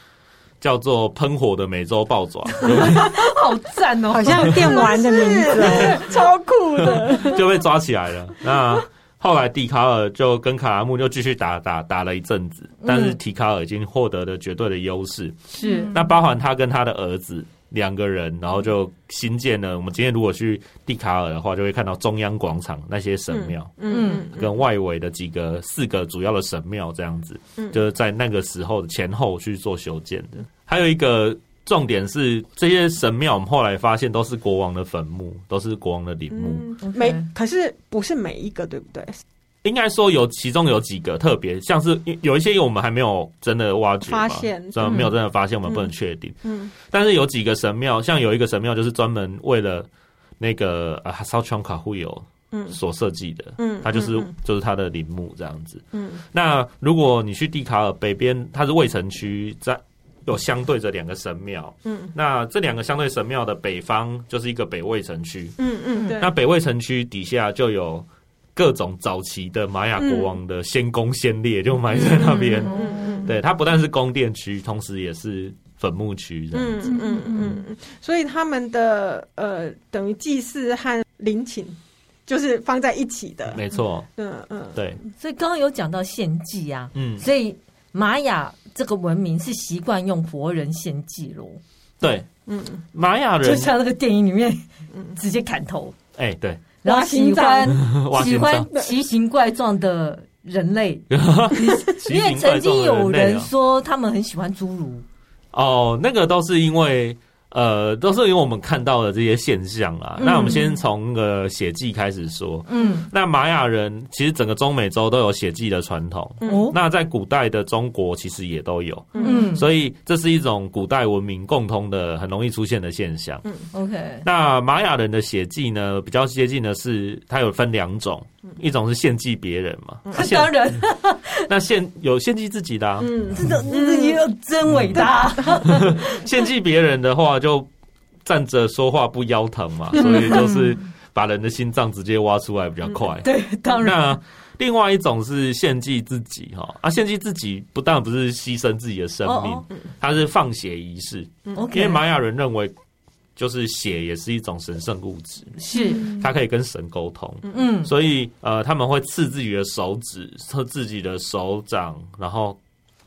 [SPEAKER 3] 叫做喷火的美洲豹 爪，就
[SPEAKER 2] 好赞哦，
[SPEAKER 5] 好像电玩的名字哦，
[SPEAKER 1] 对 超酷的，
[SPEAKER 3] 被就被抓起来了。那后来蒂卡尔就跟卡拉木就继续打打打了一阵子，但是
[SPEAKER 2] 嗯
[SPEAKER 3] 提卡尔已经获得了绝对的优势。
[SPEAKER 2] 是
[SPEAKER 3] 那包含他跟他的儿子两个人，然后就新建了。我们今天如果去蒂卡尔的话，就会看到中央广场那些神庙、
[SPEAKER 1] 嗯嗯
[SPEAKER 3] 跟外围的几个四个主要的神庙这样子，
[SPEAKER 1] 嗯
[SPEAKER 3] 就是在那个时候前后去做修建的。还有一个重点是，这些神庙我们后来发现都是国王的坟墓，都是国王的陵墓。
[SPEAKER 1] 嗯，
[SPEAKER 2] OK
[SPEAKER 1] 每可是不是每一个对不对？
[SPEAKER 3] 应该说有其中有几个特别，像是有一些我们还没有真的挖掘嘛
[SPEAKER 1] 发现
[SPEAKER 3] 虽然没有真的发现，我们不能确定。
[SPEAKER 1] 嗯
[SPEAKER 3] 但是有几个神庙，像有一个神庙就是专门为了那个呃烧川卡户友
[SPEAKER 1] 嗯
[SPEAKER 3] 所设计的，
[SPEAKER 1] 嗯
[SPEAKER 3] 它就是
[SPEAKER 1] 嗯
[SPEAKER 3] 就是它的陵墓这样子。
[SPEAKER 1] 嗯
[SPEAKER 3] 那如果你去蒂卡尔北边，它是卫城区，在有相对着两个神庙，
[SPEAKER 1] 嗯
[SPEAKER 3] 那这两个相对神庙的北方就是一个北卫城区，
[SPEAKER 1] 嗯嗯，对，
[SPEAKER 3] 那北卫城区底下就有。各种早期的玛雅国王的先功先烈就埋在那边，
[SPEAKER 1] 嗯嗯。
[SPEAKER 3] 对它不但是宫殿区，同时也是坟墓区这样
[SPEAKER 1] 嗯
[SPEAKER 3] 子。
[SPEAKER 1] 嗯嗯嗯嗯，所以他们的呃，等于祭祀和陵寝就是放在一起的。
[SPEAKER 3] 没错，
[SPEAKER 1] 嗯嗯，
[SPEAKER 3] 对，
[SPEAKER 2] 所以刚刚有讲到献祭啊，
[SPEAKER 3] 嗯，
[SPEAKER 2] 所以玛雅这个文明是习惯用活人献祭咯，
[SPEAKER 3] 对，
[SPEAKER 1] 嗯
[SPEAKER 3] 玛雅
[SPEAKER 2] 就
[SPEAKER 3] 人，
[SPEAKER 2] 像那个电影里面
[SPEAKER 1] 嗯
[SPEAKER 2] 直接砍头，
[SPEAKER 3] 哎、对，
[SPEAKER 2] 然后喜欢
[SPEAKER 3] 挖
[SPEAKER 2] 喜
[SPEAKER 3] 心脏，
[SPEAKER 2] 欢奇形怪状的人 类，
[SPEAKER 3] 奇
[SPEAKER 2] 因为
[SPEAKER 3] 形
[SPEAKER 2] 曾
[SPEAKER 3] 怪状
[SPEAKER 2] 经
[SPEAKER 3] 的
[SPEAKER 2] 有
[SPEAKER 3] 类啊
[SPEAKER 2] 人说他们很喜欢侏儒，
[SPEAKER 3] 哦，那个都是因为。呃，都是因为我们看到的这些现象啊。那我们先从那个血祭开始说。
[SPEAKER 2] 嗯，
[SPEAKER 3] 那玛雅人其实整个中美洲都有血祭的传统，
[SPEAKER 2] 哦，
[SPEAKER 3] 那在古代的中国其实也都有，
[SPEAKER 1] 嗯
[SPEAKER 3] 所以这是一种古代文明共通的很容易出现的现象。
[SPEAKER 2] ，OK，
[SPEAKER 3] 那玛雅人的血祭呢，比较接近的是，它有分两种，
[SPEAKER 2] 嗯
[SPEAKER 3] 一种是献祭别人嘛，那献
[SPEAKER 2] 当 然，
[SPEAKER 3] 那献有献祭自己的、啊，
[SPEAKER 1] 嗯
[SPEAKER 2] 这个这也有真伟大，
[SPEAKER 3] 献祭别人的话，就站着说话不腰疼嘛，所以 就是把人的心脏直接挖出来比较快。
[SPEAKER 2] 嗯对，当然，
[SPEAKER 3] 那另外一种是献祭自己哈，啊，献祭自己不但不是牺牲自己的生命
[SPEAKER 2] 哦，
[SPEAKER 3] 它是放血仪式，因为
[SPEAKER 2] OK，
[SPEAKER 3] 玛雅人认为就是血也是一种神圣物质，
[SPEAKER 2] 是，
[SPEAKER 3] 它可以跟神沟通。
[SPEAKER 2] 嗯，
[SPEAKER 3] 所以呃，他们会刺自己的手指、刺自己的手掌，然后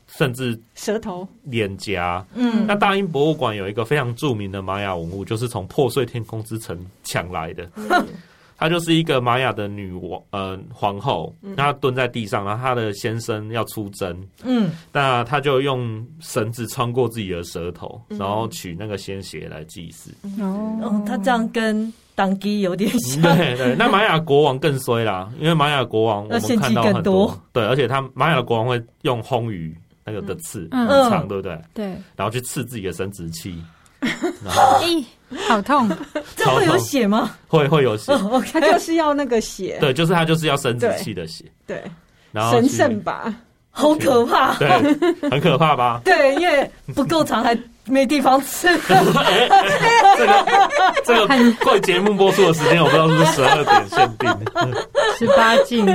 [SPEAKER 3] 甚至
[SPEAKER 1] 舌头，
[SPEAKER 3] 脸颊。
[SPEAKER 2] 嗯
[SPEAKER 3] 那大英博物馆有一个非常著名的玛雅文物，就是从破碎天空之城抢来的。她就是一个玛雅的女王，呃，皇后。她蹲在地上，然后她的先生要出征，
[SPEAKER 2] 嗯，
[SPEAKER 3] 那她就用绳子穿过自己的舌头，然后取那个鲜血来祭祀。
[SPEAKER 2] 哦，他这样跟当机有点像，
[SPEAKER 3] 对对，那玛雅国王更衰啦，因为玛雅国王我
[SPEAKER 2] 那
[SPEAKER 3] 们
[SPEAKER 2] 献
[SPEAKER 3] 看
[SPEAKER 2] 祭
[SPEAKER 3] 到
[SPEAKER 2] 更
[SPEAKER 3] 很
[SPEAKER 2] 多
[SPEAKER 3] 对，而且他玛雅的国王会用红鱼那个的刺
[SPEAKER 4] 嗯
[SPEAKER 3] 很长，对不对？
[SPEAKER 4] 对，
[SPEAKER 3] 然后去刺自己的生殖器，然后
[SPEAKER 4] 咦，好痛，
[SPEAKER 2] 这会有血吗
[SPEAKER 3] 会会有血，
[SPEAKER 2] 哦
[SPEAKER 1] 他
[SPEAKER 2] ？OK，
[SPEAKER 1] 就是要那个血，
[SPEAKER 3] 对，就是他就是要生殖器的血，
[SPEAKER 1] 对，
[SPEAKER 3] 然后
[SPEAKER 1] 神
[SPEAKER 3] 去
[SPEAKER 1] 圣，吧？
[SPEAKER 2] 好可怕，？
[SPEAKER 3] 对，很可怕吧
[SPEAKER 2] 对，因为不够长还没地方吃，
[SPEAKER 3] 这个贵节目播出的时间我不知道是不是十二点限定的，
[SPEAKER 4] 十八 禁，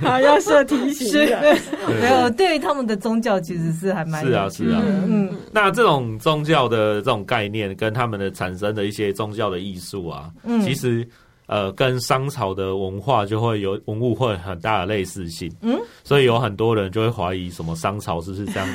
[SPEAKER 1] 好，要设提醒的，
[SPEAKER 3] 对
[SPEAKER 2] 没有，对于他们的宗教其实是还蛮
[SPEAKER 3] 是啊
[SPEAKER 2] 有趣
[SPEAKER 3] 是啊
[SPEAKER 2] 的嗯，
[SPEAKER 3] 那这种宗教的这种概念跟他们的产生的一些宗教的艺术啊，
[SPEAKER 2] 嗯
[SPEAKER 3] 其实呃跟商朝的文化就会有文物会有很大的类似性，
[SPEAKER 2] 嗯，
[SPEAKER 3] 所以有很多人就会怀疑什么商朝是不是这样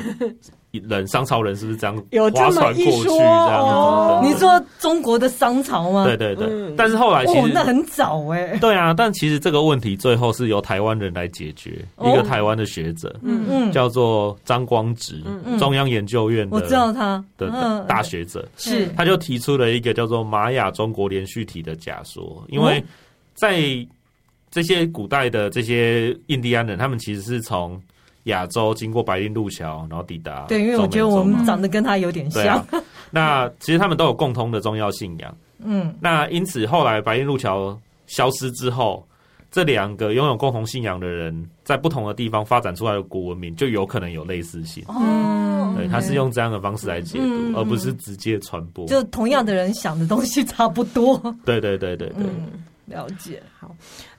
[SPEAKER 3] 人商朝人是不是这样
[SPEAKER 1] 有这
[SPEAKER 3] 划
[SPEAKER 1] 么
[SPEAKER 3] 船
[SPEAKER 1] 一
[SPEAKER 3] 过去这
[SPEAKER 1] 说
[SPEAKER 3] 样子？
[SPEAKER 1] 哦
[SPEAKER 2] 你说中国的商朝吗？
[SPEAKER 3] 对对对，
[SPEAKER 1] 嗯
[SPEAKER 3] 但是后来其
[SPEAKER 2] 哦
[SPEAKER 3] 实，
[SPEAKER 2] 那很早哎、
[SPEAKER 3] 对啊，但其实这个问题最后是由台湾人来解决，
[SPEAKER 2] 哦
[SPEAKER 3] 一个台湾的学者
[SPEAKER 1] 嗯
[SPEAKER 2] 嗯，
[SPEAKER 3] 叫做张光直
[SPEAKER 1] 嗯，
[SPEAKER 2] 嗯
[SPEAKER 3] 中央研究院
[SPEAKER 2] 我知道嗯
[SPEAKER 3] 的
[SPEAKER 2] 他，
[SPEAKER 3] 的的大学者，
[SPEAKER 2] 是
[SPEAKER 3] 他就提出了一个叫做玛雅中国连续体的假说，因
[SPEAKER 2] 哦
[SPEAKER 3] 为在这些古代的这些印第安人，他们其实是从亚洲经过白令路桥，然后抵达
[SPEAKER 2] 对，因为我觉得
[SPEAKER 3] 中美洲
[SPEAKER 2] 我
[SPEAKER 3] 嘛
[SPEAKER 2] 们长得跟他有点
[SPEAKER 3] 对
[SPEAKER 2] 像
[SPEAKER 3] 啊，， 那其实他们都有共通的重要信仰。
[SPEAKER 2] 嗯
[SPEAKER 3] 那因此后来白令路桥消失之后，这两个拥有共同信仰的人，在不同的地方发展出来的古文明，就有可能有类似性。
[SPEAKER 2] 哦，
[SPEAKER 3] 对，
[SPEAKER 2] OK
[SPEAKER 3] 他是用这样的方式来解读，
[SPEAKER 2] 嗯嗯嗯
[SPEAKER 3] 而不是直接传播。
[SPEAKER 2] 就同样的人想的东西差不多，
[SPEAKER 3] 对对对对对，
[SPEAKER 2] 嗯，了解，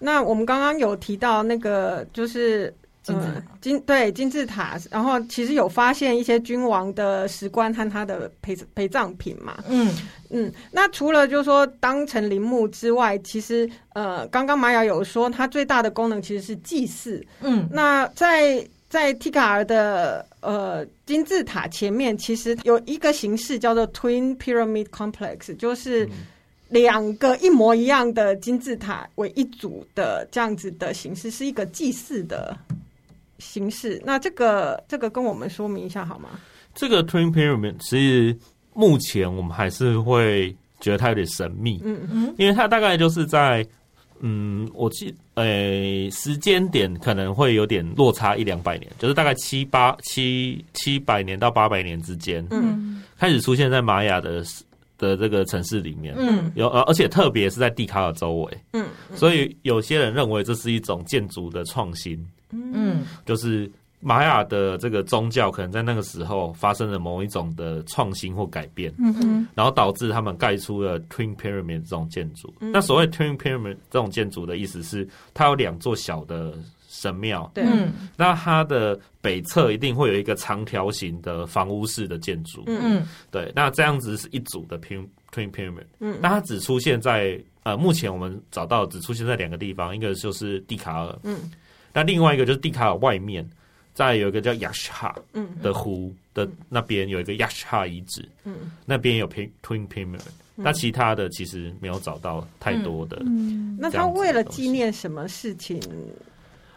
[SPEAKER 1] 那我们刚刚有提到那个就是。
[SPEAKER 2] 金字塔
[SPEAKER 1] 呃金对金字塔，然后其实有发现一些君王的石棺和他的陪陪葬品嘛，
[SPEAKER 2] 嗯
[SPEAKER 1] 嗯，那除了就是说当成陵墓之外，其实呃，刚刚玛雅有说它最大的功能其实是祭祀。
[SPEAKER 2] 嗯
[SPEAKER 1] 那在在提卡尔的呃金字塔前面，其实有一个形式叫做 Twin Pyramid Complex，就是
[SPEAKER 3] 嗯
[SPEAKER 1] 两个一模一样的金字塔为一组的这样子的形式，是一个祭祀的形式。那这个这个跟我们说明一下好吗？
[SPEAKER 3] 这个 Twin Pyramid 其实目前我们还是会觉得它有点神秘，
[SPEAKER 1] 嗯
[SPEAKER 2] 嗯
[SPEAKER 3] 因为它大概就是在嗯，我记诶、时间点可能会有点落差一两百年，就是大概七八七七百年到八百年之间、
[SPEAKER 1] 嗯
[SPEAKER 3] 开始出现在玛雅的的这个城市里面。
[SPEAKER 2] 嗯
[SPEAKER 3] 有，呃而且特别是在蒂卡尔周围，
[SPEAKER 1] 嗯
[SPEAKER 3] 所以有些人认为这是一种建筑的创新，
[SPEAKER 2] 嗯
[SPEAKER 3] 就是玛雅的这个宗教可能在那个时候发生了某一种的创新或改变，
[SPEAKER 4] 嗯哼，
[SPEAKER 3] 然后导致他们盖出了 Twin Pyramid 这种建筑。
[SPEAKER 1] 嗯
[SPEAKER 3] 那所谓 Twin Pyramid 这种建筑的意思是，它有两座小的神庙，
[SPEAKER 1] 对，
[SPEAKER 2] 嗯
[SPEAKER 3] 那它的北侧一定会有一个长条形的房屋式的建筑。
[SPEAKER 1] 嗯
[SPEAKER 2] 嗯
[SPEAKER 3] 对，那这样子是一组的 Twin Twin Pyramid。
[SPEAKER 1] 嗯
[SPEAKER 3] 那它只出现在呃，目前我们找到只出现在两个地方，一个就是蒂卡尔，
[SPEAKER 1] 嗯
[SPEAKER 3] 那另外一个就是蒂卡尔外面，再有一个叫雅什哈
[SPEAKER 1] 嗯
[SPEAKER 3] 的湖的那边有一个雅什哈遗址，
[SPEAKER 1] 嗯
[SPEAKER 3] 那边有 Pin- Twin Pyramid。那其他的其实没有找到太多的，
[SPEAKER 4] 嗯
[SPEAKER 1] 那
[SPEAKER 3] 这
[SPEAKER 1] 他
[SPEAKER 3] 样子
[SPEAKER 1] 为
[SPEAKER 3] 的
[SPEAKER 1] 了
[SPEAKER 3] 东
[SPEAKER 1] 纪
[SPEAKER 3] 西
[SPEAKER 1] 念什么事情？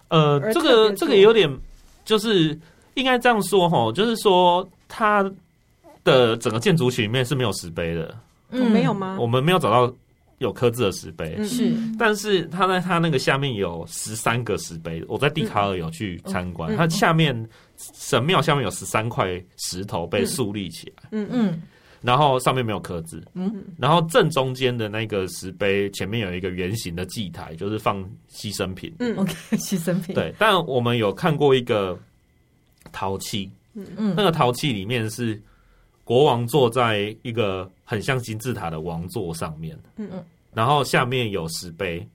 [SPEAKER 3] 呃，
[SPEAKER 1] 而
[SPEAKER 3] 这
[SPEAKER 1] 特
[SPEAKER 3] 个
[SPEAKER 1] 别
[SPEAKER 3] 这
[SPEAKER 1] 做
[SPEAKER 3] 个有点，就是应该这样说哈，就是说它的整个建筑群里面是没有石碑的，
[SPEAKER 2] 嗯
[SPEAKER 1] 哦没有？吗
[SPEAKER 3] 嗯我？们没有找到有刻字的石碑，
[SPEAKER 1] 嗯
[SPEAKER 2] 是
[SPEAKER 3] 但是它在它那个下面有十三个石碑，我在蒂卡尔有去参观，
[SPEAKER 1] 嗯
[SPEAKER 3] 它下面神庙下面有十三块石头被竖立起来，
[SPEAKER 1] 嗯嗯
[SPEAKER 2] 嗯
[SPEAKER 3] 然后上面没有刻字，
[SPEAKER 2] 嗯
[SPEAKER 3] 然后正中间的那个石碑前面有一个圆形的祭台，就是放牺牲品。
[SPEAKER 1] 嗯
[SPEAKER 2] ，OK，牺 牲品，，
[SPEAKER 3] 对，但我们有看过一个陶器，
[SPEAKER 2] 嗯
[SPEAKER 3] 那个陶器里面是国王坐在一个很像金字塔的王座上面，
[SPEAKER 1] 嗯
[SPEAKER 2] 嗯
[SPEAKER 3] 然后下面有石碑，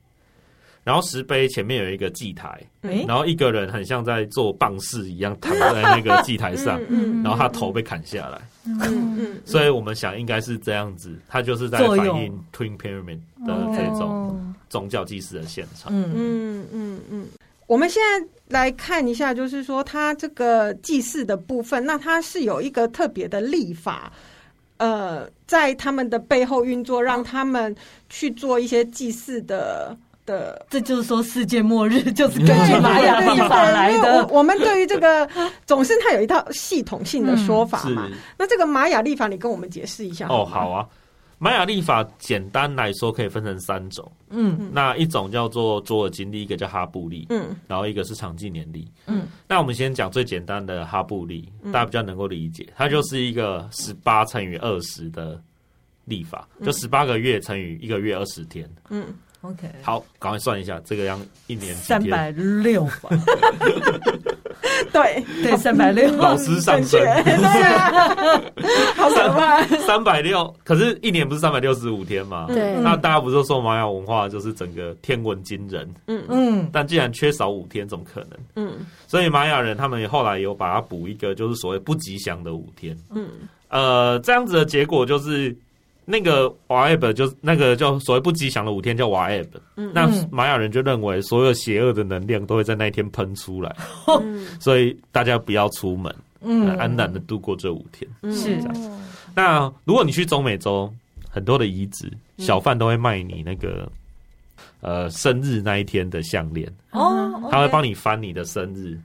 [SPEAKER 3] 然后石碑前面有一个祭台，
[SPEAKER 2] 哎
[SPEAKER 3] 然后一个人很像在做棒式一样躺在那个祭台上，
[SPEAKER 1] 嗯
[SPEAKER 3] 啊然后他头被砍下来，
[SPEAKER 1] 嗯嗯，
[SPEAKER 3] 所以我们想应该是这样子，他就是在
[SPEAKER 2] 作
[SPEAKER 3] 反
[SPEAKER 2] 用
[SPEAKER 3] 映 Twin Pyramid
[SPEAKER 4] 嗯
[SPEAKER 3] 的这种
[SPEAKER 4] 哦
[SPEAKER 3] 宗教祭祀的现场。
[SPEAKER 2] 嗯
[SPEAKER 1] 嗯嗯嗯，我们现在来看一下，就是说它这个祭祀的部分，那它是有一个特别的立法，呃，在他们的背后运作，让他们去做一些祭祀的 的。
[SPEAKER 2] 这就是说世界末日就是根
[SPEAKER 1] 对
[SPEAKER 2] 据玛雅
[SPEAKER 1] 对对
[SPEAKER 2] 历法来
[SPEAKER 1] 因为
[SPEAKER 2] 的，
[SPEAKER 1] 我我们对于这个总是它有一套系统性的说法
[SPEAKER 3] 嗯是
[SPEAKER 1] 嘛。那这个玛雅历法，你跟我们解释一下
[SPEAKER 3] 哦，
[SPEAKER 1] 吗
[SPEAKER 3] 好，啊。玛雅历法简单来说可以分成三种，
[SPEAKER 2] 嗯
[SPEAKER 3] 那一种叫做卓尔金历，一个叫哈布历，
[SPEAKER 1] 嗯
[SPEAKER 3] 然后一个是长纪年历。
[SPEAKER 2] 嗯，
[SPEAKER 3] 那我们先讲最简单的哈布历，
[SPEAKER 1] 嗯
[SPEAKER 3] 大家比较能够理解，它就是一个十八乘以二十的历法，就十八个月乘以一个月二十天。
[SPEAKER 1] 嗯
[SPEAKER 2] ，OK，
[SPEAKER 3] 好，赶快算一下，这个样一年几
[SPEAKER 2] 三
[SPEAKER 3] 天？
[SPEAKER 2] 百六 吧，
[SPEAKER 1] 对，
[SPEAKER 2] 对，三百六，
[SPEAKER 3] 老师上
[SPEAKER 1] 正确，
[SPEAKER 3] 身，
[SPEAKER 1] 对啊， 好可怕。
[SPEAKER 3] 三百六，可是一年不是三百六十五天吗？
[SPEAKER 4] 对
[SPEAKER 2] 嗯
[SPEAKER 3] 那大家不是说玛雅文化就是整个天文惊人，
[SPEAKER 2] 嗯
[SPEAKER 3] 但既然缺少五天，怎么可能？
[SPEAKER 1] 嗯
[SPEAKER 3] 所以玛雅人他们后来有把它补一个，就是所谓不吉祥的五天。
[SPEAKER 1] 嗯
[SPEAKER 3] 呃，这样子的结果就是，那个瓦埃本就是那个叫所谓不吉祥的五天叫瓦埃本。
[SPEAKER 1] 嗯
[SPEAKER 3] 那
[SPEAKER 2] 嗯
[SPEAKER 3] 玛雅人就认
[SPEAKER 4] 哦
[SPEAKER 3] 为所有邪恶的能量都会在那一天喷出来，
[SPEAKER 1] 嗯
[SPEAKER 3] 所以大家不要出门。
[SPEAKER 2] 嗯
[SPEAKER 3] 安然的度过这五天。
[SPEAKER 1] 嗯
[SPEAKER 2] 是
[SPEAKER 4] 哦
[SPEAKER 3] 那如果你去中美洲，很多的遗址小贩都会卖你那个呃生日那一天的项链，
[SPEAKER 2] 哦，
[SPEAKER 3] 他会帮
[SPEAKER 2] 你，
[SPEAKER 3] 你翻你的生日，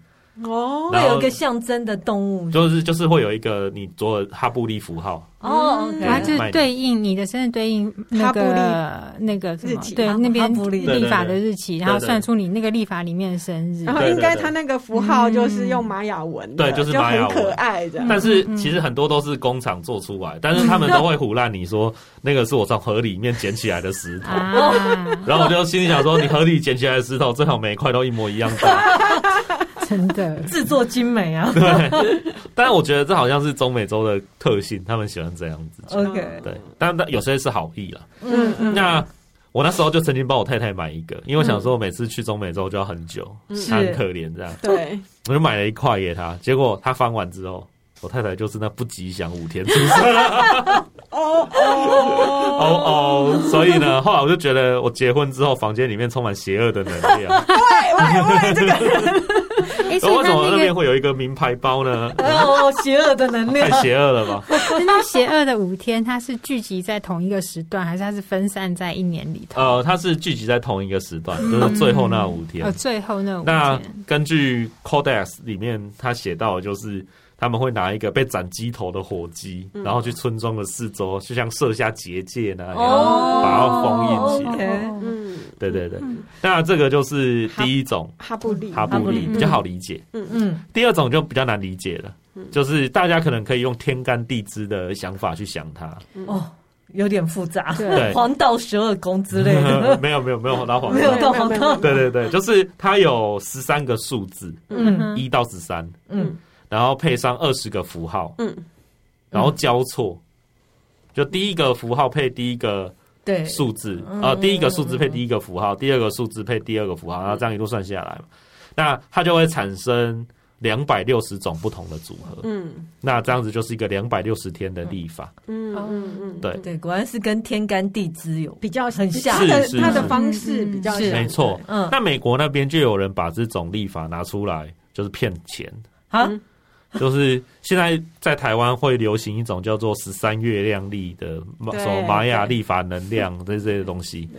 [SPEAKER 1] 哦，
[SPEAKER 2] 会
[SPEAKER 3] 然
[SPEAKER 2] 有
[SPEAKER 3] 后
[SPEAKER 2] 一个象征的动物
[SPEAKER 3] 就是就是会有一个你左耳哈布利符号，
[SPEAKER 2] 哦
[SPEAKER 1] 嗯，
[SPEAKER 2] OK，
[SPEAKER 4] 然后就
[SPEAKER 3] 卖
[SPEAKER 4] 是
[SPEAKER 3] 你
[SPEAKER 4] 对应你的生日对应那个那个什
[SPEAKER 1] 日
[SPEAKER 4] 么
[SPEAKER 1] 期
[SPEAKER 4] 对
[SPEAKER 2] 哈
[SPEAKER 4] 那边
[SPEAKER 2] 哈布利
[SPEAKER 3] 对
[SPEAKER 4] 历
[SPEAKER 3] 对
[SPEAKER 4] 法
[SPEAKER 3] 对
[SPEAKER 4] 的日期，
[SPEAKER 3] 对
[SPEAKER 4] 然后
[SPEAKER 3] 对
[SPEAKER 4] 算出你那个历法里面的生日
[SPEAKER 1] 然。后
[SPEAKER 3] 对对
[SPEAKER 1] 应该
[SPEAKER 3] 对
[SPEAKER 1] 它那个符号就是用玛雅文的，
[SPEAKER 3] 嗯对就是玛
[SPEAKER 1] 很
[SPEAKER 3] 雅文
[SPEAKER 1] 可爱的。
[SPEAKER 3] 但是其实很多都是工厂做出来，但是他们都会胡乱你说那个是我从河里面捡起来的石头，
[SPEAKER 4] 啊，
[SPEAKER 3] 然后我就心里想说，你河里捡起来的石头最好每一块都一模一样大。
[SPEAKER 4] 真 的，
[SPEAKER 2] 制作精美啊。
[SPEAKER 3] 但是我觉得这好像是中美洲的特性，他们喜欢这样子。
[SPEAKER 2] OK，
[SPEAKER 3] 对，但但有些是好意啦。
[SPEAKER 1] 嗯嗯，
[SPEAKER 3] 那我那时候就曾经帮我太太买一个，因为我想说每次去中美洲就要很久，
[SPEAKER 1] 嗯
[SPEAKER 3] 她很可怜这样，
[SPEAKER 1] 对，
[SPEAKER 3] 我就买了一块给她。结果她翻完之后，我太太就是那不吉祥五天出生。
[SPEAKER 1] 哦哦，
[SPEAKER 3] 哦哦，所以呢，后来我就觉得我结婚之后，房间里面充满邪恶的能 量。
[SPEAKER 4] 哎，所以
[SPEAKER 3] 为
[SPEAKER 4] 他
[SPEAKER 3] 什么那
[SPEAKER 4] 那
[SPEAKER 3] 边
[SPEAKER 4] 个
[SPEAKER 3] 会有一个名牌 包呢？
[SPEAKER 2] 哦，邪恶的能量
[SPEAKER 3] 太，邪恶了吧！
[SPEAKER 4] 那邪恶的五天，它是聚集在同一个时段，还是它是分散在一年里头？
[SPEAKER 3] 呃，它是聚集在同一个时段，就是最后那五天
[SPEAKER 4] 哦，。最后那五
[SPEAKER 3] 那
[SPEAKER 4] 天，
[SPEAKER 3] 根据 Codex 里面他写到，的就是他们会拿一个被斩鸡头的火鸡，然后去村庄的四周，就像设下结界那样。
[SPEAKER 2] 哦
[SPEAKER 3] 把它封印起
[SPEAKER 2] 来
[SPEAKER 4] 哦
[SPEAKER 1] 嗯，
[SPEAKER 3] 对对对，那这个就是第一种
[SPEAKER 1] 哈布利，
[SPEAKER 3] 哈布利
[SPEAKER 2] 嗯
[SPEAKER 3] 比较好理解。
[SPEAKER 2] 嗯，
[SPEAKER 3] 第二种就比较难理解了，就是大家可能可以用天干地支的想法去想它。
[SPEAKER 2] 哦，有点复杂，
[SPEAKER 4] 对
[SPEAKER 2] 黄道十二宫之类 的，
[SPEAKER 3] 呃没有没有没有，老黄
[SPEAKER 2] 没
[SPEAKER 1] 有
[SPEAKER 2] 有
[SPEAKER 1] 没有
[SPEAKER 2] 到
[SPEAKER 1] 没有
[SPEAKER 2] 黄道，
[SPEAKER 3] 对对对，就是它有十三个数字，
[SPEAKER 2] 嗯
[SPEAKER 4] 嗯
[SPEAKER 3] 一到十三，
[SPEAKER 2] 嗯，
[SPEAKER 3] 然后配上二十个符号，
[SPEAKER 1] 嗯，
[SPEAKER 3] 然后交错，就第一个符号配第一个
[SPEAKER 2] 对，嗯
[SPEAKER 3] 数字，呃，第一个数字配第一个符号，第二个数字配第二个符号，
[SPEAKER 2] 嗯
[SPEAKER 3] 然后这样一路算下来嘛，那它就会产生两百六十种不同的组合，
[SPEAKER 1] 嗯
[SPEAKER 3] 那这样子就是一个两百六十天的历法，
[SPEAKER 1] 嗯
[SPEAKER 4] 哦
[SPEAKER 1] 嗯嗯，
[SPEAKER 3] 对
[SPEAKER 2] 对，果然是跟天干地支有，
[SPEAKER 1] 比较
[SPEAKER 2] 很像
[SPEAKER 1] 它的
[SPEAKER 3] 是是
[SPEAKER 1] 它的
[SPEAKER 3] 是
[SPEAKER 1] 方式比较
[SPEAKER 2] 是
[SPEAKER 1] 像
[SPEAKER 3] 没错。
[SPEAKER 2] 嗯
[SPEAKER 3] 那美国那边就有人把这种历法拿出来，就是骗钱。
[SPEAKER 2] 啊，
[SPEAKER 3] 就是现在在台湾会流行一种叫做十三月亮历的玛
[SPEAKER 1] 对
[SPEAKER 3] 什么玛雅
[SPEAKER 1] 对
[SPEAKER 3] 历法能量这这些东西。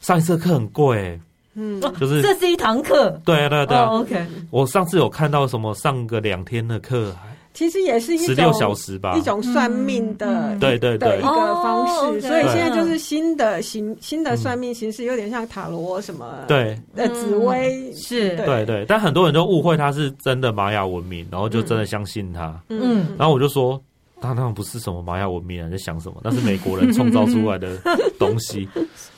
[SPEAKER 3] 上一次课很贵、
[SPEAKER 1] 嗯，
[SPEAKER 3] 就是
[SPEAKER 2] 这是一堂课。
[SPEAKER 3] 对啊对啊对啊、
[SPEAKER 2] 哦，OK，
[SPEAKER 3] 我上次有看到什么上个两天的课，
[SPEAKER 1] 其实也是一
[SPEAKER 3] 十
[SPEAKER 1] 种
[SPEAKER 3] 六小时吧
[SPEAKER 1] 一。种算命的
[SPEAKER 4] 嗯嗯
[SPEAKER 3] 对对
[SPEAKER 1] 的
[SPEAKER 3] 对
[SPEAKER 1] 一个方
[SPEAKER 2] 哦
[SPEAKER 1] 式，
[SPEAKER 2] ，OK
[SPEAKER 1] 所以现在就是新的形新的算命形式，有点像塔罗什么
[SPEAKER 3] 对
[SPEAKER 1] 呃
[SPEAKER 2] 嗯
[SPEAKER 1] 紫薇，
[SPEAKER 2] 是，
[SPEAKER 1] 对
[SPEAKER 3] 对对，但很多人都误会它是真的玛雅文明，然后就真的相信它。
[SPEAKER 2] 嗯
[SPEAKER 3] 然后我就说，他那不是什么玛雅文明啊，你在想什么？那是美国人创造出来的东 西。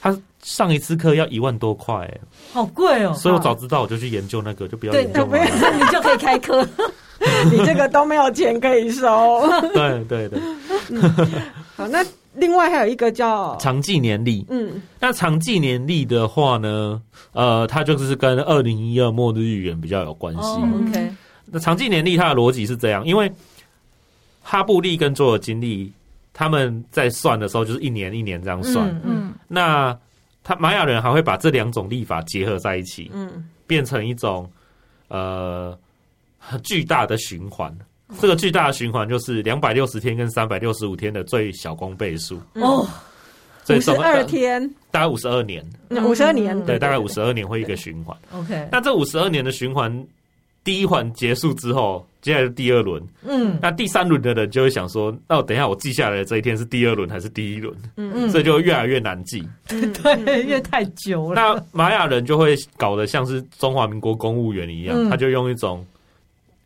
[SPEAKER 3] 他上一次课要一万多块、欸
[SPEAKER 2] 好贵哦，
[SPEAKER 3] 所以我早知道我就去研究那个，就不要
[SPEAKER 2] 对，
[SPEAKER 3] 研
[SPEAKER 2] 那
[SPEAKER 3] 究
[SPEAKER 2] 不
[SPEAKER 3] 玛
[SPEAKER 2] 用
[SPEAKER 3] 雅。
[SPEAKER 2] 你就可以开课，
[SPEAKER 1] 啊你这个都没有钱可以收。
[SPEAKER 3] 对对对，
[SPEAKER 1] 好，那另外还有一个叫
[SPEAKER 3] 长纪年历。
[SPEAKER 1] 嗯
[SPEAKER 3] 那长纪年历的话呢，呃，它就是跟二零一二末日预言比较有关系。
[SPEAKER 2] 哦，OK，
[SPEAKER 3] 那长纪年历它的逻辑是这样，因为哈布利跟佐尔金历他们在算的时候，就是一年一年这样算。
[SPEAKER 2] 嗯嗯
[SPEAKER 4] 嗯，
[SPEAKER 3] 那他玛雅人还会把这两种历法结合在一起，
[SPEAKER 1] 嗯
[SPEAKER 3] 变成一种呃很巨大的循环。这个巨大的循环就是两百六十天跟三百六十五天的最小公倍数，
[SPEAKER 2] 哦，
[SPEAKER 3] 所以
[SPEAKER 1] 五十
[SPEAKER 3] 总共呃
[SPEAKER 1] 二天，
[SPEAKER 3] 大概五十二年，
[SPEAKER 2] 嗯
[SPEAKER 1] 五十二年，
[SPEAKER 3] 嗯对，大概五十二年会一个循环。
[SPEAKER 2] ，OK，
[SPEAKER 3] 那这五十二年的循环，第一环结束之后，接下来是第二轮，
[SPEAKER 2] 嗯
[SPEAKER 3] 那第三轮的人就会想说，那我等一下我记下来的这一天是第二轮还是第一轮，
[SPEAKER 2] 嗯，
[SPEAKER 3] 所以就越来越难记。
[SPEAKER 1] 嗯
[SPEAKER 2] 对，因为太久了，
[SPEAKER 3] 那玛雅人就会搞得像是中华民国公务员一样，
[SPEAKER 2] 嗯
[SPEAKER 3] 他就用一种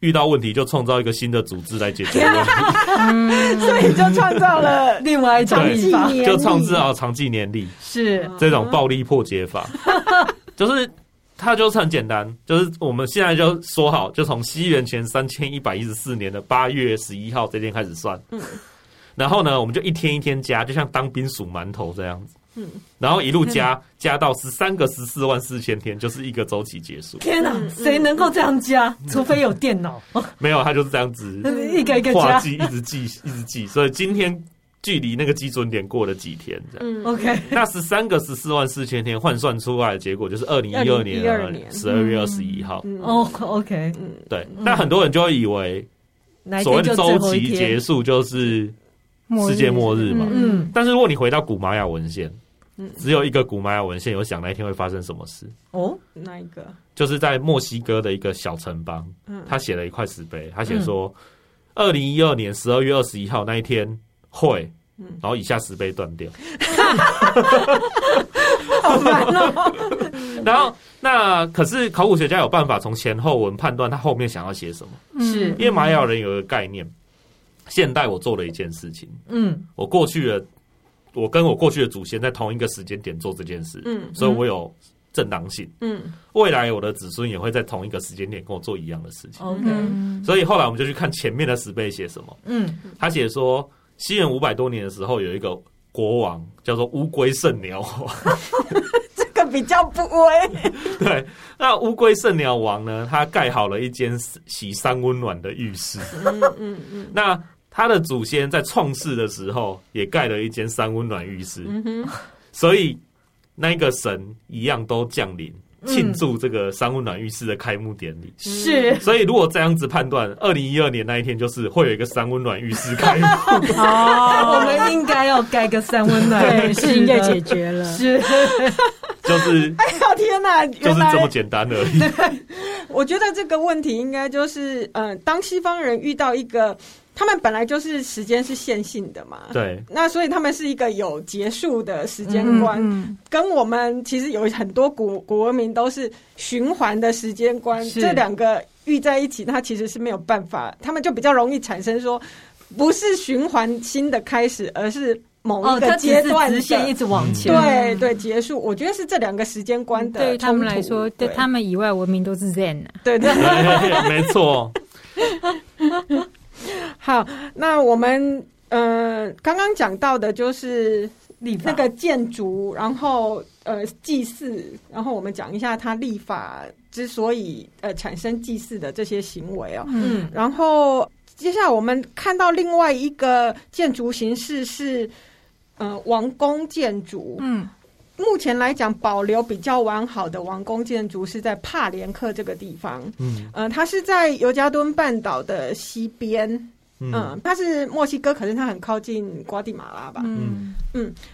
[SPEAKER 3] 遇到问题就创造一个新的组织来解决问题，
[SPEAKER 1] 所以就创造 了
[SPEAKER 2] 另外一种
[SPEAKER 3] 对
[SPEAKER 2] 立法
[SPEAKER 1] 年历
[SPEAKER 3] 就创造长纪年历
[SPEAKER 2] 是，
[SPEAKER 1] 哦
[SPEAKER 3] 这种暴力破解法，就是。它就是很简单，就是我们现在就说好，就从西元前三千一百一十四年的八月十一号这天开始算，然后呢，我们就一天一天加，就像当兵数馒头这样子，然后一路加加到十三个十四万四千天，就是一个周期结束。
[SPEAKER 2] 天哪，谁能够这样加？除非有电脑，
[SPEAKER 3] 没有，他就是这 样子
[SPEAKER 2] 一个一个
[SPEAKER 3] 画
[SPEAKER 2] 加
[SPEAKER 3] 记，一直记，一直记。所以今天距离那个基准点过了几天，这样。
[SPEAKER 2] ，OK，
[SPEAKER 3] 那十三个十四万四千天换算出来的结果就是二零一二
[SPEAKER 1] 2012
[SPEAKER 3] 年
[SPEAKER 1] 年
[SPEAKER 2] 哦
[SPEAKER 3] 十二月二十一号。
[SPEAKER 1] 嗯
[SPEAKER 2] 哦，OK，
[SPEAKER 3] 对，那很多人就会以为
[SPEAKER 2] 哪一
[SPEAKER 3] 所谓
[SPEAKER 2] 天就
[SPEAKER 3] 的
[SPEAKER 2] 最
[SPEAKER 3] 周
[SPEAKER 2] 后一
[SPEAKER 3] 期结
[SPEAKER 2] 天。
[SPEAKER 3] 束就是
[SPEAKER 4] 末
[SPEAKER 3] 世界末日嘛
[SPEAKER 2] 嗯，
[SPEAKER 3] 但是如果你回到古玛雅文献
[SPEAKER 1] 嗯，
[SPEAKER 3] 只有一个古玛雅文献有想那一天会发生什么事，
[SPEAKER 2] 哦，
[SPEAKER 1] 那一个，
[SPEAKER 3] 就是在墨西哥的一个小城邦，
[SPEAKER 1] 嗯，
[SPEAKER 3] 他写了一块石碑，他写说，二零一二年十二月二十一号那一天会
[SPEAKER 1] 嗯，
[SPEAKER 3] 然后以下石碑断掉，
[SPEAKER 1] 好烦 哦，
[SPEAKER 3] 然后那可是考古学家有办法从前后文判断他后面想要写什么，
[SPEAKER 4] 嗯
[SPEAKER 2] 是
[SPEAKER 3] 因为玛雅人有一个概念，现代我做了一件事情，
[SPEAKER 2] 嗯
[SPEAKER 3] 我过去的我跟我过去的祖先在同一个时间点做这件事，
[SPEAKER 1] 嗯
[SPEAKER 3] 所以我有正当性。
[SPEAKER 1] 嗯
[SPEAKER 3] 未来我的子孙也会在同一个时间点跟我做一样的事
[SPEAKER 1] 哦
[SPEAKER 3] 情。
[SPEAKER 2] ，OK，
[SPEAKER 4] 嗯
[SPEAKER 3] 所以后来我们就去看前面的石碑写什么，
[SPEAKER 2] 嗯，
[SPEAKER 3] 他写说西元五百多年的时候有一个国王叫做乌龟圣鸟 王，
[SPEAKER 1] 这个比较不危，
[SPEAKER 3] 对，那乌龟圣鸟王呢，他盖好了一间洗三温暖的浴室，
[SPEAKER 1] 嗯嗯嗯
[SPEAKER 3] 那。他的祖先在创世的时候也盖了一间三温暖浴室，
[SPEAKER 1] 嗯哼，
[SPEAKER 3] 所以那个神一样都降临
[SPEAKER 1] 嗯
[SPEAKER 3] 庆祝这个三温暖浴室的开幕典礼。
[SPEAKER 2] 是
[SPEAKER 3] 所以如果这样子判断，二零一二年那一天就是会有一个三温暖浴室开 幕。
[SPEAKER 2] 哦，我们应该要盖个三温暖，
[SPEAKER 5] 对，事 情就解
[SPEAKER 2] 决
[SPEAKER 5] 决了。
[SPEAKER 2] 是
[SPEAKER 3] 就是
[SPEAKER 1] 哎呦天哪，
[SPEAKER 3] 就
[SPEAKER 1] 原
[SPEAKER 3] 是
[SPEAKER 1] 来
[SPEAKER 3] 这么简单而已。
[SPEAKER 1] 我觉得这个问题应该就是，嗯、当西方人遇到一个，他们本来就是时间是线性的嘛，，
[SPEAKER 3] 对，
[SPEAKER 1] 那所以他们是一个有结束的时间
[SPEAKER 4] 嗯
[SPEAKER 1] 观，
[SPEAKER 4] 嗯
[SPEAKER 1] 跟我们其实有很多古古文明都是循环的时间观，
[SPEAKER 2] 是
[SPEAKER 1] 这两个遇在一起，它其实是没有办法，他们就比较容易产生说，不是循环新的开始，而是某
[SPEAKER 2] 哦，
[SPEAKER 1] 一个
[SPEAKER 2] 它只
[SPEAKER 1] 阶
[SPEAKER 2] 是
[SPEAKER 1] 段的。
[SPEAKER 2] 直线一直往前，
[SPEAKER 1] 对对，结束，我觉得是这两个时间观的
[SPEAKER 4] 嗯对于他们
[SPEAKER 1] 冲突
[SPEAKER 4] 来说，对
[SPEAKER 1] 对
[SPEAKER 4] 他们以外文明都是 Zen 啊。
[SPEAKER 1] 对对
[SPEAKER 2] 嗯
[SPEAKER 3] 对没错，
[SPEAKER 1] 好，那我们呃刚刚讲到的就是
[SPEAKER 2] 立法
[SPEAKER 1] 那个建筑，然后呃祭祀，然后我们讲一下它立法之所以呃产生祭祀的这些行为哦，
[SPEAKER 2] 嗯
[SPEAKER 1] 然后接下来我们看到另外一个建筑形式是。呃，王宫建筑，
[SPEAKER 4] 嗯
[SPEAKER 1] 目前来讲保留比较完好的王宫建筑是在帕连克这个地方。
[SPEAKER 3] 嗯
[SPEAKER 1] 嗯、它是在尤加敦半岛的西边，嗯，它是墨西哥，可是它很靠近瓜地马拉吧？
[SPEAKER 4] 嗯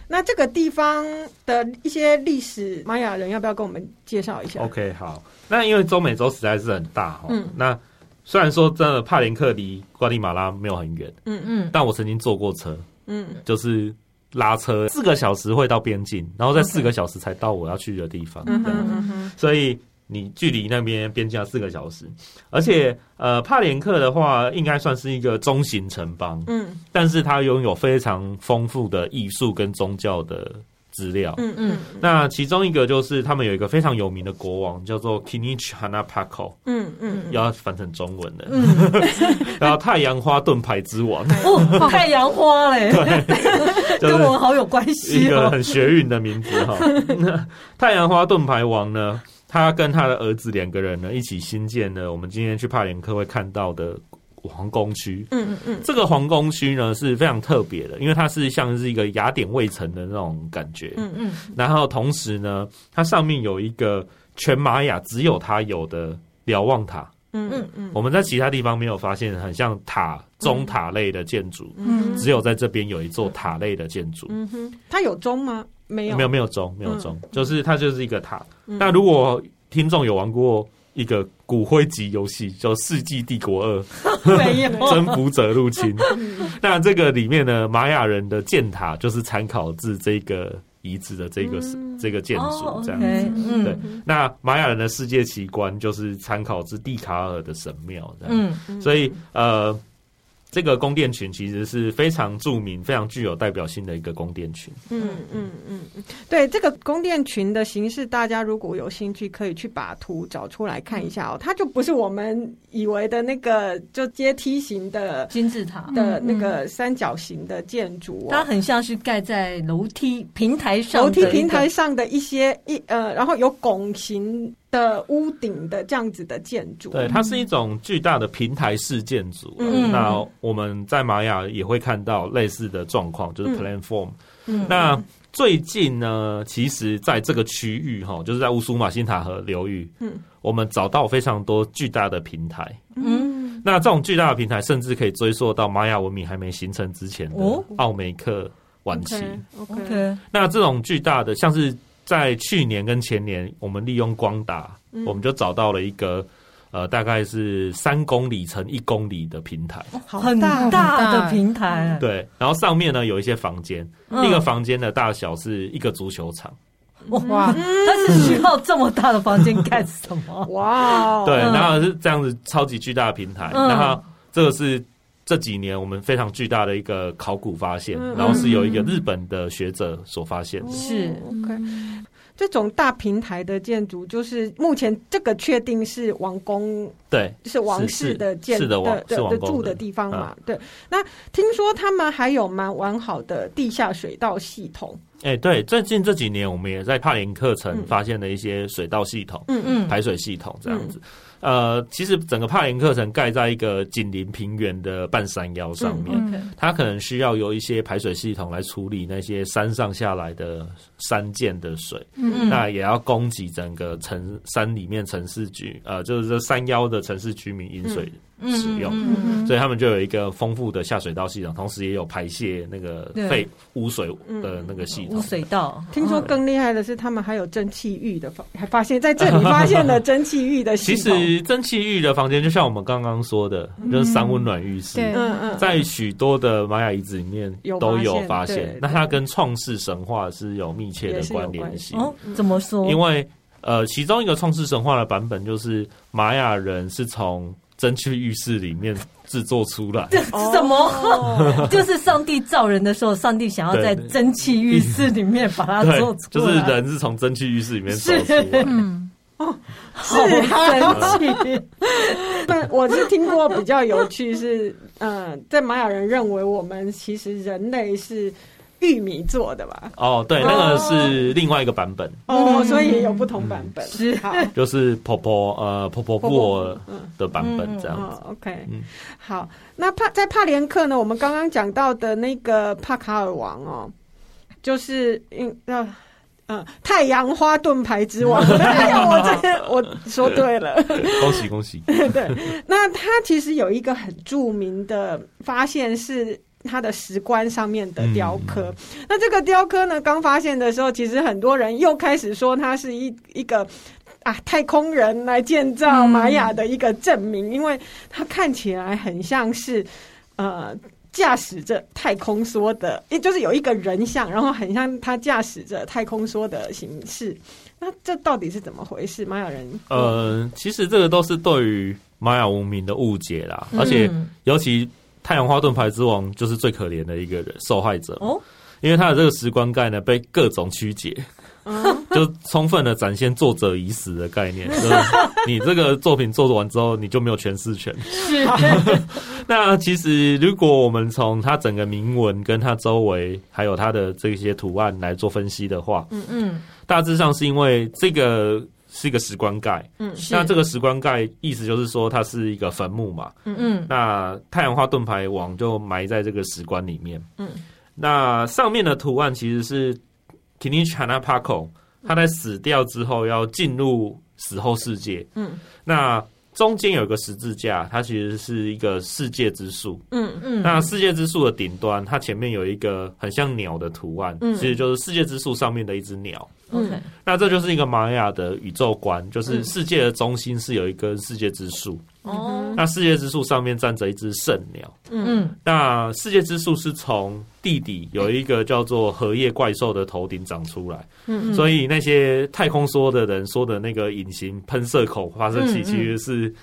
[SPEAKER 1] 那这个地方的一些历史，玛雅人要不要跟我们介绍一下？
[SPEAKER 3] OK，好，那因为中美洲实在是很大哦。
[SPEAKER 1] 嗯
[SPEAKER 3] 那虽然说真的帕连克离瓜地马拉没有很远，
[SPEAKER 1] 嗯
[SPEAKER 2] 嗯
[SPEAKER 3] 但我曾经坐过车，
[SPEAKER 1] 嗯
[SPEAKER 3] 就是拉车四个小时会到边境，然后再
[SPEAKER 2] OK
[SPEAKER 3] 四个小时才到我要去的地方。
[SPEAKER 1] 嗯
[SPEAKER 3] 这样
[SPEAKER 1] 哼嗯哼，
[SPEAKER 3] 所以你距离那边边境要四个小时，而且呃，帕连克的话应该算是一个中型城邦，
[SPEAKER 1] 嗯
[SPEAKER 3] 但是它拥有非常丰富的艺术跟宗教的资料。
[SPEAKER 1] 嗯嗯
[SPEAKER 3] 那其中一个就是他们有一个非常有名的国王，叫做 Kinich Hanapako，
[SPEAKER 1] 嗯嗯，
[SPEAKER 3] 要翻成中文的，
[SPEAKER 2] 嗯，
[SPEAKER 3] 然后太阳花盾牌之 王，
[SPEAKER 2] 哦，太阳花嘞，
[SPEAKER 3] 就
[SPEAKER 2] 跟我
[SPEAKER 3] 是
[SPEAKER 2] 好有关
[SPEAKER 3] 一
[SPEAKER 2] 系
[SPEAKER 3] 个
[SPEAKER 2] 哦，
[SPEAKER 3] 很学运的名字哈。 那太阳花盾牌王呢，他跟他的儿子两个人呢一起新建了我们今天去帕连克会看到的皇宫区。
[SPEAKER 1] 嗯嗯
[SPEAKER 3] 这个皇宫区呢是非常特别的，因为它是像是一个雅典卫城的那种感觉。
[SPEAKER 1] 嗯
[SPEAKER 2] 嗯
[SPEAKER 3] 然后同时呢，它上面有一个全玛雅只有它有的瞭望塔，
[SPEAKER 1] 嗯嗯
[SPEAKER 3] 我们在其他地方没有发现，很像塔中塔类的建筑，
[SPEAKER 1] 嗯
[SPEAKER 3] 只有在这边有一座塔类的建筑。
[SPEAKER 1] 嗯哼，它有钟吗？没有，
[SPEAKER 3] 没有没有钟，没有钟，就是它就是一个塔。
[SPEAKER 1] 嗯。
[SPEAKER 3] 那如果听众有玩过一个骨灰级游戏，叫《世纪帝国二》
[SPEAKER 2] 没有，
[SPEAKER 1] 哦
[SPEAKER 2] 啊
[SPEAKER 3] 征服者入侵， 那这个里面呢，玛雅人的建塔就是参考自这个遗址的这个、
[SPEAKER 1] 嗯
[SPEAKER 3] 这个建筑这样。
[SPEAKER 2] 哦，OK，嗯
[SPEAKER 3] 对那玛雅人的世界奇观就是参考自蒂卡尔的神庙这样。
[SPEAKER 2] 嗯
[SPEAKER 1] 嗯
[SPEAKER 3] 所以呃，这个宫殿群其实是非常著名、非常具有代表性的一个宫殿群。
[SPEAKER 1] 嗯嗯嗯，嗯，对，这个宫殿群的形式，大家如果有兴趣，可以去把图找出来看一下哦。它就不是我们以为的那个就阶梯型的
[SPEAKER 2] 金字塔，
[SPEAKER 1] 的
[SPEAKER 4] 嗯
[SPEAKER 1] 那个三角形的建筑、
[SPEAKER 2] 它
[SPEAKER 1] 哦。
[SPEAKER 2] 很像是盖在楼梯平台上，
[SPEAKER 1] 楼梯平台，上的一些一呃，然后有拱形的屋顶的这样子的建筑，
[SPEAKER 3] 对，它是一种巨大的平台式建筑啊。
[SPEAKER 1] 嗯
[SPEAKER 3] 那我们在玛雅也会看到类似的状况，就是 platform。
[SPEAKER 1] 嗯
[SPEAKER 3] 那最近呢，其实在这个区域哈，就是在乌苏马辛塔河流域，
[SPEAKER 1] 嗯
[SPEAKER 3] 我们找到非常多巨大的平台。
[SPEAKER 2] 嗯，
[SPEAKER 3] 那这种巨大的平台，甚至可以追溯到玛雅文明还没形成之前的
[SPEAKER 2] 哦
[SPEAKER 3] 奥梅克晚期。
[SPEAKER 1] OK，
[SPEAKER 2] OK，
[SPEAKER 3] 那这种巨大的，像是在去年跟前年，我们利用光达，
[SPEAKER 1] 嗯
[SPEAKER 3] 我们就找到了一个呃，大概是三公里乘一公里的平台。
[SPEAKER 1] 好
[SPEAKER 2] 很
[SPEAKER 1] 大哦，
[SPEAKER 2] 大
[SPEAKER 4] 很
[SPEAKER 2] 的
[SPEAKER 4] 大
[SPEAKER 2] 平台，
[SPEAKER 3] 哦对，然后上面呢有一些房间，
[SPEAKER 2] 嗯
[SPEAKER 3] 一个房间的大小是一个足球场。
[SPEAKER 4] 哇，
[SPEAKER 2] 他嗯是需要这么大的房间干什么？
[SPEAKER 1] 哇哦，
[SPEAKER 3] 对，
[SPEAKER 2] 嗯
[SPEAKER 3] 然后是这样子超级巨大的平台，
[SPEAKER 2] 嗯
[SPEAKER 3] 然后这个是这几年我们非常巨大的一个考古发现，
[SPEAKER 1] 嗯
[SPEAKER 3] 然后是由一个日本的学者所发现的。
[SPEAKER 2] 是
[SPEAKER 1] 哦 OK。这种大平台的建筑，就是目前这个确定是王宫，
[SPEAKER 3] 对，
[SPEAKER 1] 就是王室的建
[SPEAKER 3] 是是的王
[SPEAKER 1] 的
[SPEAKER 3] 是
[SPEAKER 1] 的
[SPEAKER 3] 王
[SPEAKER 1] 的
[SPEAKER 3] 宫
[SPEAKER 1] 住
[SPEAKER 3] 的嗯
[SPEAKER 1] 的地方嘛。对，那听说他们还有蛮完好的地下水道系统。
[SPEAKER 3] 哎、对，最近这几年我们也在帕林克城
[SPEAKER 1] 嗯
[SPEAKER 3] 发现了一些水道系统、
[SPEAKER 1] 嗯
[SPEAKER 2] 嗯
[SPEAKER 3] 排水系统这样子。呃，其实整个帕林克城盖在一个紧邻平原的半山腰上面，
[SPEAKER 4] 嗯
[SPEAKER 3] 它可能需要有一些排水系统来处理那些山上下来的山涧的水。
[SPEAKER 4] 嗯
[SPEAKER 3] 那也要供给整个城山里面城市居呃，就是这山腰的城市居民饮水，使用
[SPEAKER 2] 嗯
[SPEAKER 3] 所以他们就有一个丰富的下水道系统，同时也有排泄那个
[SPEAKER 2] 对嗯
[SPEAKER 3] 废污水的那个系
[SPEAKER 2] 污
[SPEAKER 3] 统。
[SPEAKER 2] 水道，
[SPEAKER 1] 听
[SPEAKER 3] 哦
[SPEAKER 1] 说更厉害的是，他们还有蒸汽浴的房，还发现在这里发 现了蒸汽浴的系
[SPEAKER 3] 其
[SPEAKER 1] 统。
[SPEAKER 3] 实蒸汽浴的房间，就像我们刚刚说的，就是三温暖浴室，
[SPEAKER 4] 对
[SPEAKER 1] 嗯，嗯嗯，
[SPEAKER 3] 在许多的玛雅遗址里面
[SPEAKER 1] 有
[SPEAKER 3] 都
[SPEAKER 1] 发
[SPEAKER 3] 有
[SPEAKER 1] 现
[SPEAKER 3] 发
[SPEAKER 1] 对
[SPEAKER 3] 现
[SPEAKER 1] 对。
[SPEAKER 3] 那它跟创世神话是有密切
[SPEAKER 1] 也
[SPEAKER 3] 的
[SPEAKER 1] 是有
[SPEAKER 3] 关联
[SPEAKER 1] 关
[SPEAKER 3] 性。
[SPEAKER 2] 哦，怎么说？
[SPEAKER 3] 因为呃，其中一个创世神话的版本就是玛雅人是从蒸汽浴室里面制作 出来，
[SPEAKER 2] 这
[SPEAKER 1] 哦
[SPEAKER 2] 什 么？就是上帝造人的时候，上帝想要在
[SPEAKER 3] 哦对
[SPEAKER 2] 蒸汽浴室里面把它
[SPEAKER 3] 对
[SPEAKER 2] 做，出
[SPEAKER 3] 就是
[SPEAKER 2] 来，
[SPEAKER 3] 人是从蒸汽浴室 里面走出
[SPEAKER 2] 是
[SPEAKER 3] 来。
[SPEAKER 4] 嗯，
[SPEAKER 2] 好神奇。
[SPEAKER 1] 但我是听过比较有趣是，呃，在玛雅人认为我们其实人类是玉米做的吧？
[SPEAKER 3] 哦，对，那个是另外一个版本，
[SPEAKER 1] 哦，
[SPEAKER 4] 嗯
[SPEAKER 1] 所以也有不同版本。
[SPEAKER 2] 是
[SPEAKER 1] 好，
[SPEAKER 3] 嗯就是婆婆呃婆婆布尔
[SPEAKER 1] 嗯，
[SPEAKER 3] 的版本这样子。
[SPEAKER 1] 哦，OK，
[SPEAKER 3] 嗯
[SPEAKER 1] 好。那帕在帕连克呢，我们刚刚讲到的那个帕卡尔王哦，就是嗯呃呃太阳花盾牌之王， 哎呀，我这我说对了。
[SPEAKER 2] 嗯
[SPEAKER 3] 恭喜恭喜！
[SPEAKER 1] 那它其实有一个很著名的发现是。它的石棺上面的雕刻，那这个雕刻呢，刚发现的时候，其实很多人又开始说它是一一个啊太空人来建造
[SPEAKER 4] 嗯
[SPEAKER 1] 玛雅的一个证明，因为它看起来很像是呃驾驶着太空梭的，也就是有一个人像，然后很像他驾驶着太空梭的形式。那这到底是怎么回事？玛雅人
[SPEAKER 3] 呃，其实这个都是对于玛雅文明的误解啦，而且
[SPEAKER 2] 嗯
[SPEAKER 3] 尤其太阳花盾牌之王就是最可怜的一个人受害者，
[SPEAKER 2] 哦，
[SPEAKER 3] 因为他的这个石棺盖呢被各种曲解，
[SPEAKER 1] 嗯
[SPEAKER 3] 就充分的展现作者已死的概念。就是 你这个作品做完之后，你就没有诠释权。
[SPEAKER 2] 是
[SPEAKER 3] 那其实，如果我们从它整个铭文跟它周围，还有它的这些图案来做分析的话，
[SPEAKER 2] 嗯嗯
[SPEAKER 3] 大致上是因为这个是一个石棺盖。
[SPEAKER 1] 嗯
[SPEAKER 2] 是
[SPEAKER 3] 那这个石棺盖意思就是说它是一个坟墓嘛。
[SPEAKER 2] 嗯
[SPEAKER 3] 那太阳花盾牌王就埋在这个石棺里面。
[SPEAKER 1] 嗯，
[SPEAKER 3] 那上面的图案其实是 k i n i c h a n a p a k o 他在死掉之后要进入死后世界。
[SPEAKER 1] 嗯，
[SPEAKER 3] 那中间有一个十字架，它其实是一个世界之树。
[SPEAKER 1] 嗯
[SPEAKER 2] 嗯，
[SPEAKER 3] 那世界之树的顶端，它前面有一个很像鸟的图案，
[SPEAKER 1] 嗯
[SPEAKER 3] 其实就是世界之树上面的一只鸟。
[SPEAKER 2] OK，
[SPEAKER 3] 那这就是一个玛雅的宇宙观，就是
[SPEAKER 1] 嗯
[SPEAKER 3] 世界的中心是有一根世界之树，
[SPEAKER 2] 哦，
[SPEAKER 3] 那世界之树上面站着一只圣鸟。
[SPEAKER 2] 嗯
[SPEAKER 3] 那世界之树是从地底有一个叫做荷叶怪兽的头顶长出来，
[SPEAKER 1] 嗯
[SPEAKER 3] 所以那些太空梭的人说的那个隐形喷射口发射器，
[SPEAKER 2] 嗯嗯
[SPEAKER 3] 其实是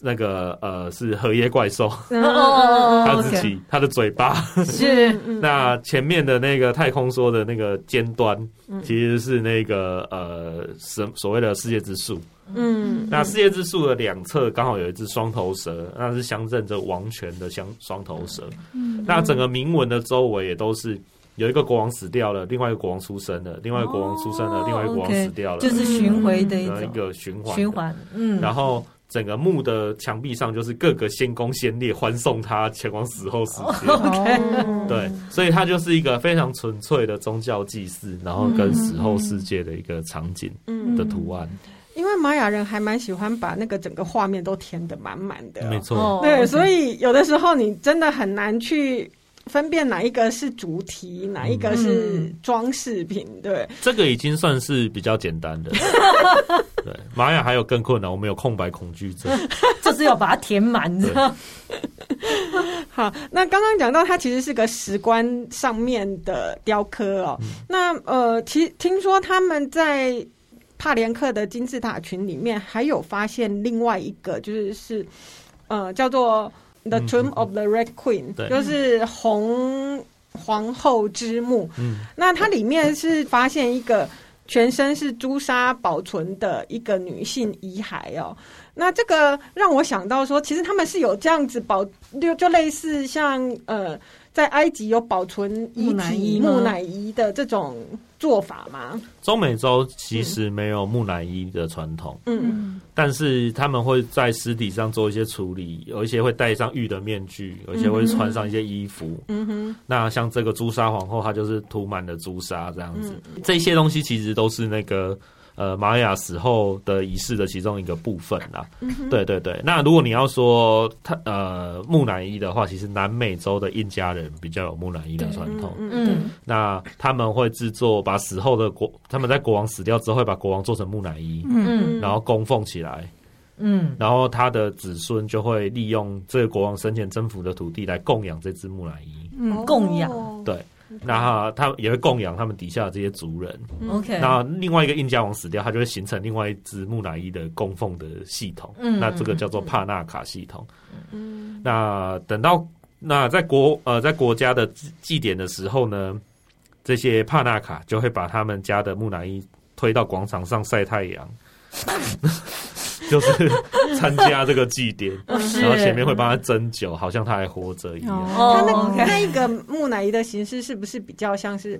[SPEAKER 3] 那个呃是荷叶怪兽
[SPEAKER 1] 嗯
[SPEAKER 2] 哦哦哦
[SPEAKER 3] 它
[SPEAKER 2] 哦，
[SPEAKER 3] 自
[SPEAKER 2] OK，
[SPEAKER 3] 己它的嘴巴。
[SPEAKER 2] 是
[SPEAKER 1] 嗯
[SPEAKER 3] 那前面的那个太空梭的那个尖端，
[SPEAKER 2] 嗯
[SPEAKER 3] 其实是那个呃什所谓的世界之树。
[SPEAKER 1] 嗯
[SPEAKER 3] 那世界之树的两侧刚好有一只双头蛇，那是象征着王权的相双头蛇。
[SPEAKER 1] 嗯
[SPEAKER 2] 嗯
[SPEAKER 3] 那整个铭文的周围也都是有一个国王死掉了，另外一个国王出生了，另外一个国王出生了，
[SPEAKER 2] 哦
[SPEAKER 3] 另外一个国王
[SPEAKER 2] OK，
[SPEAKER 3] 死掉了，
[SPEAKER 2] 就是巡回的一
[SPEAKER 3] 然后一
[SPEAKER 2] 种
[SPEAKER 3] 个循环
[SPEAKER 2] 循。环，嗯，
[SPEAKER 3] 然后整个墓的墙壁上就是各个仙公仙烈欢送他前往死后世界。
[SPEAKER 4] 哦
[SPEAKER 3] 对，所以它就是一个非常纯
[SPEAKER 2] 嗯
[SPEAKER 3] 粹的宗教祭祀，然后跟死后世界的一个场景
[SPEAKER 1] 嗯
[SPEAKER 3] 的图案。
[SPEAKER 1] 因为玛雅人还蛮喜欢把那个整个画面都填得满满的，嗯
[SPEAKER 3] 没错，
[SPEAKER 2] 哦
[SPEAKER 1] 对，
[SPEAKER 2] OK
[SPEAKER 1] 所以有的时候你真的很难去分辨哪一个是主题，哪一个是装饰品。对，
[SPEAKER 3] 这个已经算是比较简单的。对，玛雅还有更困难，我们有空白恐惧症。
[SPEAKER 2] 就是要把它填满，你知道吗？
[SPEAKER 1] 好，那刚刚讲到它其实是个石棺上面的雕刻哦。那呃，其听说他们在帕连克的金字塔群里面还有发现另外一个，就是是呃叫做 The
[SPEAKER 3] 嗯
[SPEAKER 1] Tomb of the Red Queen，、
[SPEAKER 3] 对
[SPEAKER 1] 就是红皇后之墓。
[SPEAKER 3] 嗯，
[SPEAKER 1] 那它里面是发现一个全身是朱砂保存的一个女性遗骸哦。那这个让我想到说，其实他们是有这样子保，就就类似像呃，在埃及有保存遗
[SPEAKER 2] 木乃
[SPEAKER 1] 体
[SPEAKER 2] 伊吗
[SPEAKER 1] 木乃伊的这种做法吗？
[SPEAKER 3] 中美洲其实没有木乃伊的传统，
[SPEAKER 1] 嗯，
[SPEAKER 4] 嗯，
[SPEAKER 3] 但是他们会在尸体上做一些处理，有一些会戴上玉的面具，有一些会穿上一些衣服。
[SPEAKER 1] 嗯哼，
[SPEAKER 3] 那像这个朱砂皇后，她就是涂满了朱砂这样子。
[SPEAKER 1] 嗯
[SPEAKER 3] 这些东西其实都是那个呃玛雅死后的仪式的其中一个部分啦。
[SPEAKER 1] 嗯
[SPEAKER 3] 对对对。那如果你要说它呃木乃伊的话，其实南美洲的印加人比较有木乃伊的传统。
[SPEAKER 1] 嗯嗯
[SPEAKER 2] 嗯，
[SPEAKER 3] 那他们会制作把死后的国，他们在国王死掉之后会把国王做成木乃伊，
[SPEAKER 2] 嗯
[SPEAKER 1] 嗯
[SPEAKER 3] 然后供奉起来，
[SPEAKER 2] 嗯
[SPEAKER 3] 然后他的子孙就会利用这个国王生前征服的土地来供养这只木乃伊。
[SPEAKER 2] 嗯，供养。
[SPEAKER 1] 哦
[SPEAKER 3] 对，那他也会供养他们底下的这些族人。
[SPEAKER 1] 嗯
[SPEAKER 2] OK，
[SPEAKER 3] 那另外一个印加王死掉，他就会形成另外一只木乃伊的供奉的系统。
[SPEAKER 2] 嗯
[SPEAKER 3] 那这个叫做帕纳卡系统。
[SPEAKER 1] 嗯
[SPEAKER 3] 那等到那在国呃在国家的祭祭典的时候呢，这些帕纳卡就会把他们家的木乃伊推到广场上晒太阳， 就是参加这个祭典，
[SPEAKER 2] 是
[SPEAKER 3] 然后前面会帮他斟酒，好像他还活着一样。
[SPEAKER 1] 它
[SPEAKER 2] 哦
[SPEAKER 1] 那个
[SPEAKER 2] OK
[SPEAKER 1] 那一个木乃伊的形式是不是比较像是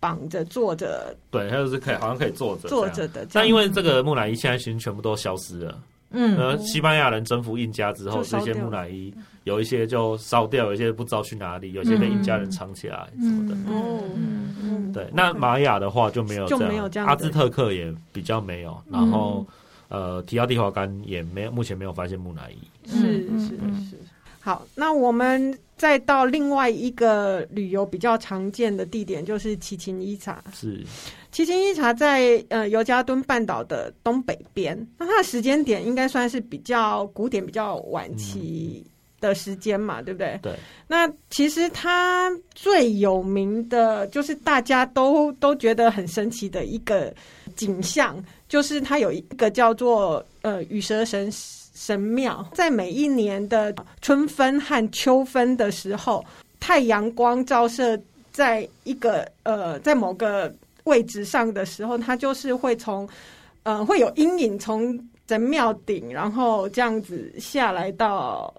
[SPEAKER 1] 绑着坐着
[SPEAKER 3] 对，他就是可以好像可以坐着
[SPEAKER 1] 坐
[SPEAKER 3] 这
[SPEAKER 1] 着
[SPEAKER 3] 样。
[SPEAKER 1] 的这
[SPEAKER 3] 但
[SPEAKER 1] 样？
[SPEAKER 3] 因为这个木乃伊现在其实全部都消失了。
[SPEAKER 2] 嗯
[SPEAKER 3] 呃，西班牙人征服印加之后，
[SPEAKER 1] 就烧
[SPEAKER 3] 这
[SPEAKER 1] 掉
[SPEAKER 3] 些木乃伊有一些就烧掉，有一些不知道去哪
[SPEAKER 1] 嗯
[SPEAKER 3] 里，有些被印加人藏起来什么的。
[SPEAKER 1] 哦，嗯
[SPEAKER 3] 对，那玛雅的话就没有
[SPEAKER 1] 就
[SPEAKER 3] 这样，
[SPEAKER 1] 没有这样的嗯
[SPEAKER 3] 阿兹特克也比较没有，然后、呃，提奥蒂华干也没有，目前没有发现木乃伊。
[SPEAKER 1] 是是是。嗯好，那我们再到另外一个旅游比较常见的地点，就是奇琴伊察。
[SPEAKER 3] 是，
[SPEAKER 1] 奇琴伊察在呃尤加敦半岛的东北边，那它的时间点应该算是比较古典、比较晚期的时间嘛，对不对？
[SPEAKER 3] 对。
[SPEAKER 1] 那其实它最有名的就是大家都都觉得很神奇的一个景象，就是它有一个叫做呃羽蛇神神庙，在每一年的春分和秋分的时候，太阳光照射在一个呃在某个位置上的时候，它就是会从呃会有阴影从神庙顶，然后这样子下来到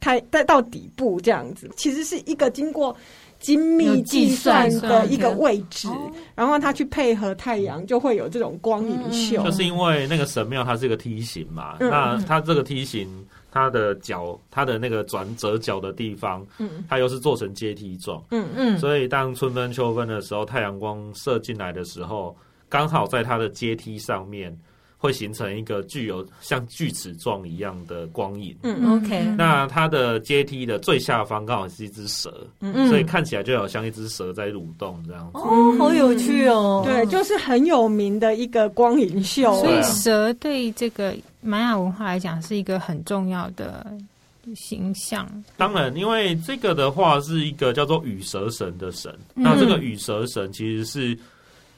[SPEAKER 1] 太再到底部这样子，其实是一个经过。精密
[SPEAKER 2] 有计
[SPEAKER 1] 计算
[SPEAKER 2] 算哦
[SPEAKER 1] 的一个
[SPEAKER 2] 的
[SPEAKER 1] 位置，然后它去配合太阳，就会有这种光影秀。
[SPEAKER 3] 就是因为那个神庙它是一个梯形嘛，
[SPEAKER 1] 嗯
[SPEAKER 3] 那它这个梯形，它的角，它的那个转折角的地方，
[SPEAKER 1] 嗯
[SPEAKER 3] 它又是做成阶梯状，
[SPEAKER 1] 嗯
[SPEAKER 2] 嗯，
[SPEAKER 3] 所以当春分秋分的时候，太阳光射进来的时候，刚好在它的阶梯上面会形成一个具有像锯齿状一样的光影。
[SPEAKER 1] 嗯
[SPEAKER 2] OK，
[SPEAKER 3] 那它的阶梯的最下方刚好是一只蛇，
[SPEAKER 2] 嗯
[SPEAKER 3] 所以看起来就有像一只蛇在蠕动这样子。
[SPEAKER 2] 哦，好有趣哦，
[SPEAKER 1] 对，就是很有名的一个光影秀。
[SPEAKER 4] 所
[SPEAKER 3] 对
[SPEAKER 4] 以
[SPEAKER 3] 啊
[SPEAKER 4] 蛇对这个玛雅文化来讲是一个很重要的形象。
[SPEAKER 3] 当然，因为这个的话是一个叫做羽蛇神的神，
[SPEAKER 2] 嗯
[SPEAKER 3] 那这个羽蛇神其实是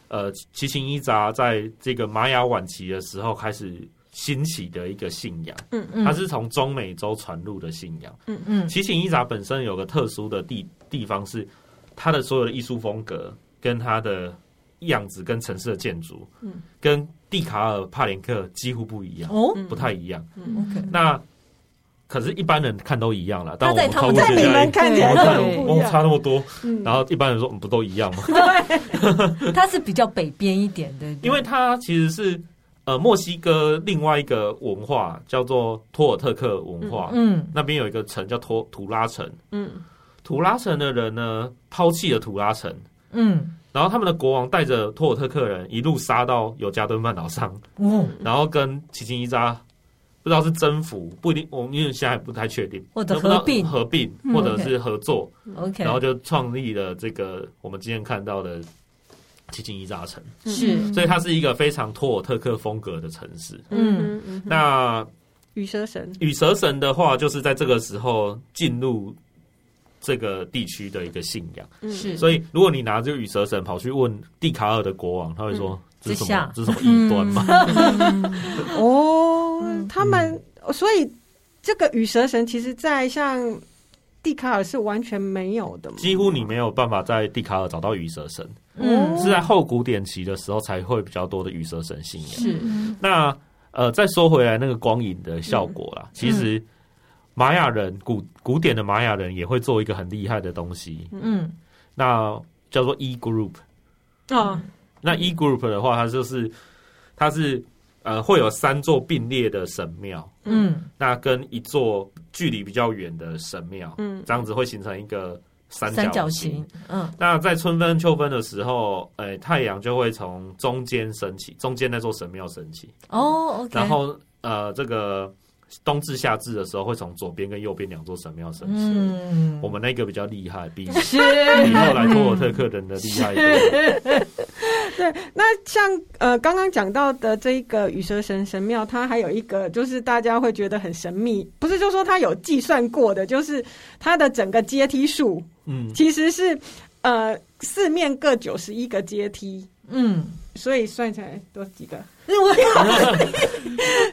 [SPEAKER 3] 呃奇琴伊扎在这个玛雅晚期的时候开始兴起的一个信仰。
[SPEAKER 2] 嗯
[SPEAKER 3] 它是从中美洲传入的信仰。
[SPEAKER 2] 嗯
[SPEAKER 3] 奇琴伊扎本身有个特殊的地地方是，它的所有的艺术风格跟它的样子跟城市的建筑，
[SPEAKER 1] 嗯
[SPEAKER 3] 跟蒂卡尔帕连克几乎不一样，
[SPEAKER 2] 哦
[SPEAKER 1] 嗯
[SPEAKER 3] 不太一样。
[SPEAKER 2] ，OK，
[SPEAKER 3] 那可是，一般人看都一样了，但
[SPEAKER 2] 他
[SPEAKER 3] 我
[SPEAKER 2] 在
[SPEAKER 3] 们
[SPEAKER 2] 他
[SPEAKER 3] 考
[SPEAKER 2] 们
[SPEAKER 3] 古
[SPEAKER 2] 在
[SPEAKER 3] 学
[SPEAKER 1] 你
[SPEAKER 3] 家
[SPEAKER 1] 们
[SPEAKER 3] 一。
[SPEAKER 1] 看起来
[SPEAKER 3] 我
[SPEAKER 1] 就
[SPEAKER 3] 们
[SPEAKER 1] 很
[SPEAKER 3] 哎看
[SPEAKER 4] 对
[SPEAKER 1] 不
[SPEAKER 3] 我
[SPEAKER 1] 一
[SPEAKER 3] 们差
[SPEAKER 1] 样。
[SPEAKER 3] 那么多，
[SPEAKER 1] 嗯
[SPEAKER 3] 然后一般人说我们不都 一样吗？
[SPEAKER 2] 它是比较北边一点的，对不对
[SPEAKER 3] 因为它其实是呃墨西哥另外一个文化叫做托尔特克文化，
[SPEAKER 2] 嗯
[SPEAKER 3] 那边有一个城叫托图拉城，
[SPEAKER 1] 嗯
[SPEAKER 3] 土拉城的人呢，抛弃了土拉城，
[SPEAKER 2] 嗯
[SPEAKER 3] 然后他们的国王带着托尔特克人一路杀到尤加敦半岛上，
[SPEAKER 2] 哦，
[SPEAKER 3] 然后跟奇琴伊扎不知道是征服，不一定，我们因为现在还不太确定，
[SPEAKER 2] 或者
[SPEAKER 3] 能不能
[SPEAKER 2] 合并
[SPEAKER 3] 合并
[SPEAKER 4] 嗯
[SPEAKER 3] 或者是合作，
[SPEAKER 1] 嗯
[SPEAKER 2] OK，
[SPEAKER 3] 然后就创立了这个我们今天看到的奇琴伊扎城，
[SPEAKER 1] 嗯
[SPEAKER 4] 嗯
[SPEAKER 2] 是
[SPEAKER 3] 所以它是一个非常托尔特克风格的城市。
[SPEAKER 2] 嗯
[SPEAKER 1] 嗯嗯，
[SPEAKER 3] 那
[SPEAKER 1] 羽蛇神，
[SPEAKER 3] 羽蛇神的话，就是在这个时候进入这个地区的一个信仰。
[SPEAKER 1] 嗯
[SPEAKER 2] 是
[SPEAKER 3] 所以，如果你拿着羽蛇神跑去问蒂卡尔的国王，他会说：“这是
[SPEAKER 2] 这
[SPEAKER 3] 什
[SPEAKER 2] 下
[SPEAKER 3] 么？这是什么异端
[SPEAKER 4] 嗯
[SPEAKER 3] 吗？”
[SPEAKER 1] 哦，
[SPEAKER 2] 嗯
[SPEAKER 1] 他们所以这个羽蛇神其实，在像蒂卡尔是完全没有的嘛，
[SPEAKER 3] 几乎你没有办法在蒂卡尔找到羽蛇神，
[SPEAKER 2] 嗯
[SPEAKER 3] 是在后古典期的时候才会比较多的羽蛇神信仰。
[SPEAKER 2] 是
[SPEAKER 3] 那呃，再说回来那个光影的效果啦，其实玛雅人古古典的玛雅人也会做一个很厉害的东西，
[SPEAKER 2] 嗯
[SPEAKER 3] 那叫做 E group。
[SPEAKER 1] 啊，
[SPEAKER 3] 那 E group 的话，它就是它是呃会有三座并列的神庙，
[SPEAKER 2] 嗯
[SPEAKER 3] 那跟一座距离比较远的神庙，
[SPEAKER 1] 嗯
[SPEAKER 3] 这样子会形成一个三
[SPEAKER 2] 三
[SPEAKER 3] 角
[SPEAKER 2] 角形。，嗯
[SPEAKER 3] 那在春分、秋分的时候，呃，太阳就会从中间升起，中间那座神庙升起，
[SPEAKER 2] 哦 OK，
[SPEAKER 3] 然后呃，这个冬至、夏至的时候会从左边跟右边两座神庙升起。
[SPEAKER 2] 嗯
[SPEAKER 3] 我们那个比较厉害， 比
[SPEAKER 2] 是
[SPEAKER 3] 比后来托尔特克人的厉害多了。
[SPEAKER 1] 那像呃刚刚讲到的这个羽蛇神神庙，它还有一个就是大家会觉得很神秘，不是就说它有计算过的，就是它的整个阶梯数
[SPEAKER 3] 嗯，
[SPEAKER 1] 其实是呃四面各九十一个阶梯，
[SPEAKER 2] 嗯，
[SPEAKER 1] 所以算起来多几个？
[SPEAKER 2] 那我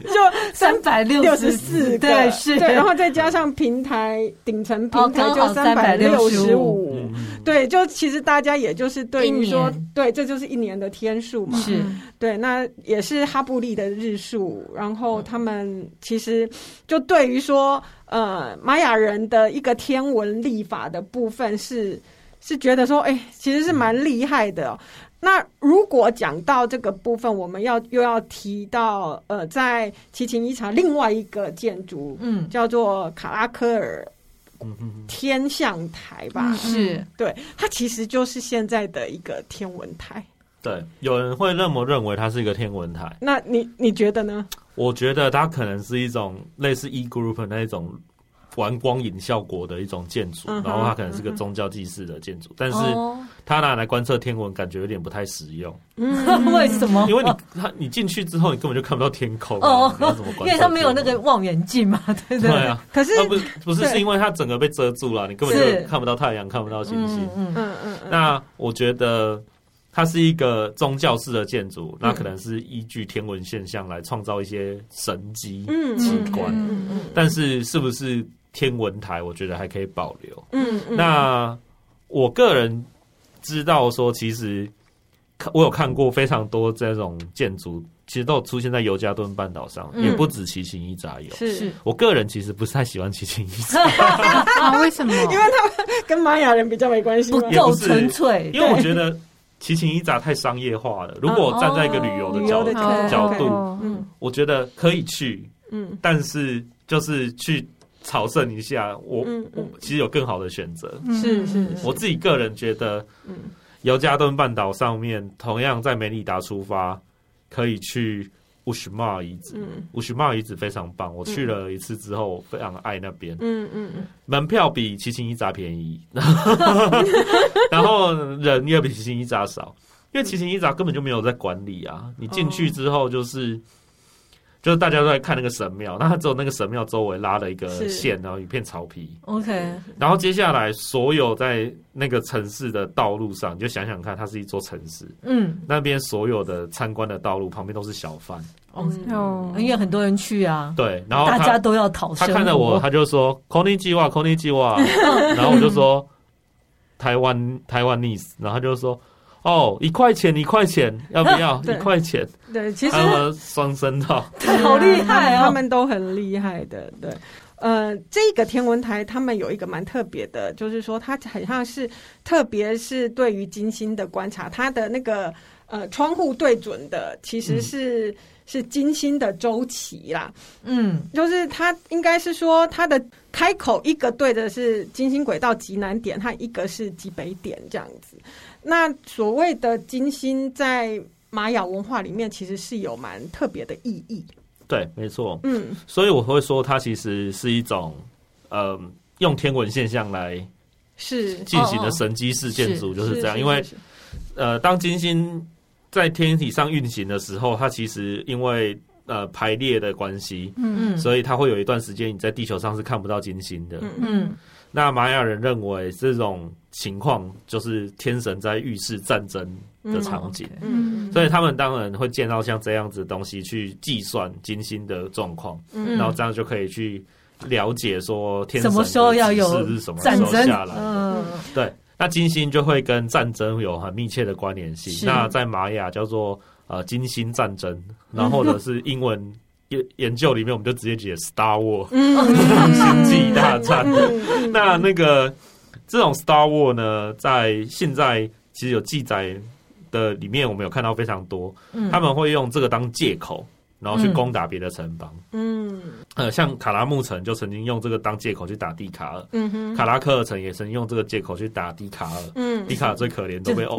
[SPEAKER 1] 就
[SPEAKER 2] 三百六
[SPEAKER 1] 六十
[SPEAKER 2] 十
[SPEAKER 1] 四个，
[SPEAKER 2] 对是，
[SPEAKER 1] 对，然后再加上平台顶层
[SPEAKER 2] 哦
[SPEAKER 1] 平台
[SPEAKER 2] 刚
[SPEAKER 1] 就
[SPEAKER 2] 好
[SPEAKER 1] 三百六十五
[SPEAKER 3] 嗯，嗯
[SPEAKER 1] 对，就其实大家也就是对于
[SPEAKER 2] 一
[SPEAKER 1] 说
[SPEAKER 2] 年，
[SPEAKER 1] 对，这就是一年的天数嘛，
[SPEAKER 2] 是
[SPEAKER 1] 对，那也是哈布利的日数，然后他们其实就对于说，呃，玛雅人的一个天文历法的部分是是觉得说，哎、其实是蛮厉害的哦、那如果讲到这个部分，我们要又要提到，呃，在奇琴伊察另外一个建筑
[SPEAKER 2] 嗯
[SPEAKER 1] 叫做卡拉科尔
[SPEAKER 3] 嗯嗯
[SPEAKER 1] 天象台吧，
[SPEAKER 4] 嗯
[SPEAKER 2] 是
[SPEAKER 1] 对，它其实就是现在的一个天文台。
[SPEAKER 3] 对，有人会认为认为它是一个天文台，
[SPEAKER 1] 那你你觉得呢？
[SPEAKER 3] 我觉得它可能是一种类似 E group 那一种玩光影效果的一种建筑，
[SPEAKER 1] 嗯
[SPEAKER 3] 然
[SPEAKER 1] 哼
[SPEAKER 3] 后它可能是个
[SPEAKER 1] 嗯哼
[SPEAKER 3] 宗教祭祀的建筑，但是
[SPEAKER 2] 哦，
[SPEAKER 3] 它拿来观测天文，感觉有点不太实用，
[SPEAKER 2] 为什么？
[SPEAKER 3] 因为你它你进去之后，你根本就看不到天空、
[SPEAKER 2] 哦
[SPEAKER 3] 啊，你要怎么观测
[SPEAKER 2] 因为它没有那个望远镜嘛， 对不
[SPEAKER 3] 天文。对
[SPEAKER 2] 对？
[SPEAKER 3] 啊，
[SPEAKER 1] 可是
[SPEAKER 3] 那不是不是
[SPEAKER 1] 对
[SPEAKER 3] 是因为它整个被遮住了，你根本
[SPEAKER 2] 是
[SPEAKER 3] 就看不到太阳，看不到星星。
[SPEAKER 2] 嗯嗯，
[SPEAKER 1] 嗯嗯嗯，
[SPEAKER 3] 那我觉得它是一个宗教式的建筑，那可能是依据天文现象来创造一些神迹。
[SPEAKER 1] 嗯
[SPEAKER 3] 奇
[SPEAKER 1] 嗯
[SPEAKER 3] 观
[SPEAKER 1] 嗯嗯
[SPEAKER 3] 但是是不是天文台，我觉得还可以保留。
[SPEAKER 1] 嗯嗯，
[SPEAKER 3] 那我个人知道说，其实看我有看过非常多这种建筑，其实都有出现在尤加敦半岛上，
[SPEAKER 1] 嗯
[SPEAKER 3] 也不止奇琴伊扎有。
[SPEAKER 1] 是
[SPEAKER 2] 是
[SPEAKER 3] 我个人其实不是太喜欢奇 琴伊扎，
[SPEAKER 4] 啊？为什么？因为
[SPEAKER 1] 跟玛雅人比较没关系
[SPEAKER 2] 不
[SPEAKER 1] 吗？
[SPEAKER 3] 也
[SPEAKER 2] 够
[SPEAKER 3] 不是
[SPEAKER 2] 纯粹，
[SPEAKER 3] 因为我觉得奇琴伊扎太商业化了。如果我站在一个旅游的
[SPEAKER 1] 旅
[SPEAKER 3] 角
[SPEAKER 1] 游
[SPEAKER 3] 度
[SPEAKER 1] 哦的，
[SPEAKER 2] 角
[SPEAKER 3] 角度
[SPEAKER 1] 嗯
[SPEAKER 3] 我觉得可以去，
[SPEAKER 1] 嗯
[SPEAKER 3] 但是就是去朝圣一下，我
[SPEAKER 1] 嗯
[SPEAKER 3] 我
[SPEAKER 1] 嗯
[SPEAKER 3] 其实有更好的选择。
[SPEAKER 4] 嗯
[SPEAKER 1] 是是
[SPEAKER 3] 我自己个人觉得，
[SPEAKER 1] 嗯
[SPEAKER 3] 尤加敦半岛上面同样在梅里达出发，可以去乌什玛遗址。
[SPEAKER 1] 嗯
[SPEAKER 3] 乌什玛遗址非常棒，我去了一次之后，我非常爱那边。
[SPEAKER 1] 嗯嗯
[SPEAKER 3] 门票比奇琴伊扎便宜， 然后人也比奇琴伊扎少，因为奇琴伊扎根本就没有在管理啊。你进去之后就是。就是大家都在看那个神庙，那它只有那个神庙周围拉了一个
[SPEAKER 1] 是
[SPEAKER 3] 线，然后一片草皮，
[SPEAKER 2] OK，
[SPEAKER 3] 然后接下来所有在那个城市的道路上，你就想想看，它是一座城市，
[SPEAKER 2] 嗯，
[SPEAKER 3] 那边所有的参观的道路旁边都是小贩，
[SPEAKER 2] 哦
[SPEAKER 4] 哦，
[SPEAKER 2] 因为很多人去啊，
[SPEAKER 3] 嗯对，然后
[SPEAKER 2] 大家
[SPEAKER 3] 他
[SPEAKER 2] 都要
[SPEAKER 1] 哦
[SPEAKER 2] 讨
[SPEAKER 3] 他
[SPEAKER 2] 生活
[SPEAKER 3] 看到我，，他就说 k o n i j i w a k o n i j i w
[SPEAKER 1] 嗯
[SPEAKER 3] a 然后我就说台湾台湾 n i s 然后他就说。哦，一块钱，一块钱，要不要？
[SPEAKER 1] 对
[SPEAKER 3] 一块钱，
[SPEAKER 1] 嗯，对，其实
[SPEAKER 3] 还有双声道，
[SPEAKER 2] 对 好厉害
[SPEAKER 1] 他
[SPEAKER 2] 哦，
[SPEAKER 1] 们都很厉害的，对。呃，这个天文台他们有一个蛮特别的，就是说它很像是，特别是对于金星的观察，它的那个呃窗户对准的其实是、是金星的周期啦，
[SPEAKER 2] 嗯，
[SPEAKER 1] 就是它应该是说它的开口一个对的是金星轨道极南点，它一个是极北点这样子。那所谓的金星在玛雅文化里面其实是有蛮特别的意义，
[SPEAKER 3] 对，没错。
[SPEAKER 1] 嗯，
[SPEAKER 3] 所以我会说，它其实是一种，呃，用天文现象来
[SPEAKER 1] 是
[SPEAKER 3] 进行
[SPEAKER 2] 哦哦
[SPEAKER 3] 的神机事件组就是这样，因
[SPEAKER 1] 是
[SPEAKER 3] 为
[SPEAKER 1] 是
[SPEAKER 3] 呃，当金星在天体上运行的时候，它其实因为呃排列的关系，
[SPEAKER 4] 嗯
[SPEAKER 2] 嗯
[SPEAKER 3] 所以它会有一段时间你在地球上是看不到金星的。
[SPEAKER 1] 嗯
[SPEAKER 2] 嗯
[SPEAKER 3] 那玛雅人认为这种情况就是天神在预示战争
[SPEAKER 2] 嗯
[SPEAKER 3] 的场景，
[SPEAKER 1] 嗯
[SPEAKER 3] 所以他们当然会见到像这样子的东西去计算金星的状况，
[SPEAKER 1] 嗯
[SPEAKER 3] 然后这样就可以去了解说天神
[SPEAKER 2] 什么时候要有
[SPEAKER 3] 的指示是什么时
[SPEAKER 2] 战
[SPEAKER 3] 候
[SPEAKER 2] 争
[SPEAKER 3] 下来，的。
[SPEAKER 2] 嗯
[SPEAKER 3] 对，那金星就会跟战争有很密切的关联
[SPEAKER 2] 是
[SPEAKER 3] 性。那在玛雅叫做呃金星战争，然后或者是英文研研究里面，我们就直接解 Star War
[SPEAKER 1] 嗯
[SPEAKER 3] 星际大战。那那个这种 Star War 呢，在现在其实有记载的里面，我们有看到非常多，
[SPEAKER 2] 嗯
[SPEAKER 3] 他们会用这个当借口。然后去
[SPEAKER 2] 嗯
[SPEAKER 3] 攻打别的城邦，
[SPEAKER 1] 嗯
[SPEAKER 3] 呃，像卡拉木城就曾经用这个当借口去打蒂卡尔，
[SPEAKER 1] 嗯哼
[SPEAKER 3] 卡拉克尔城也曾经用这个借口去打蒂卡尔，
[SPEAKER 1] 嗯
[SPEAKER 3] 迪卡最可怜，都被 殴，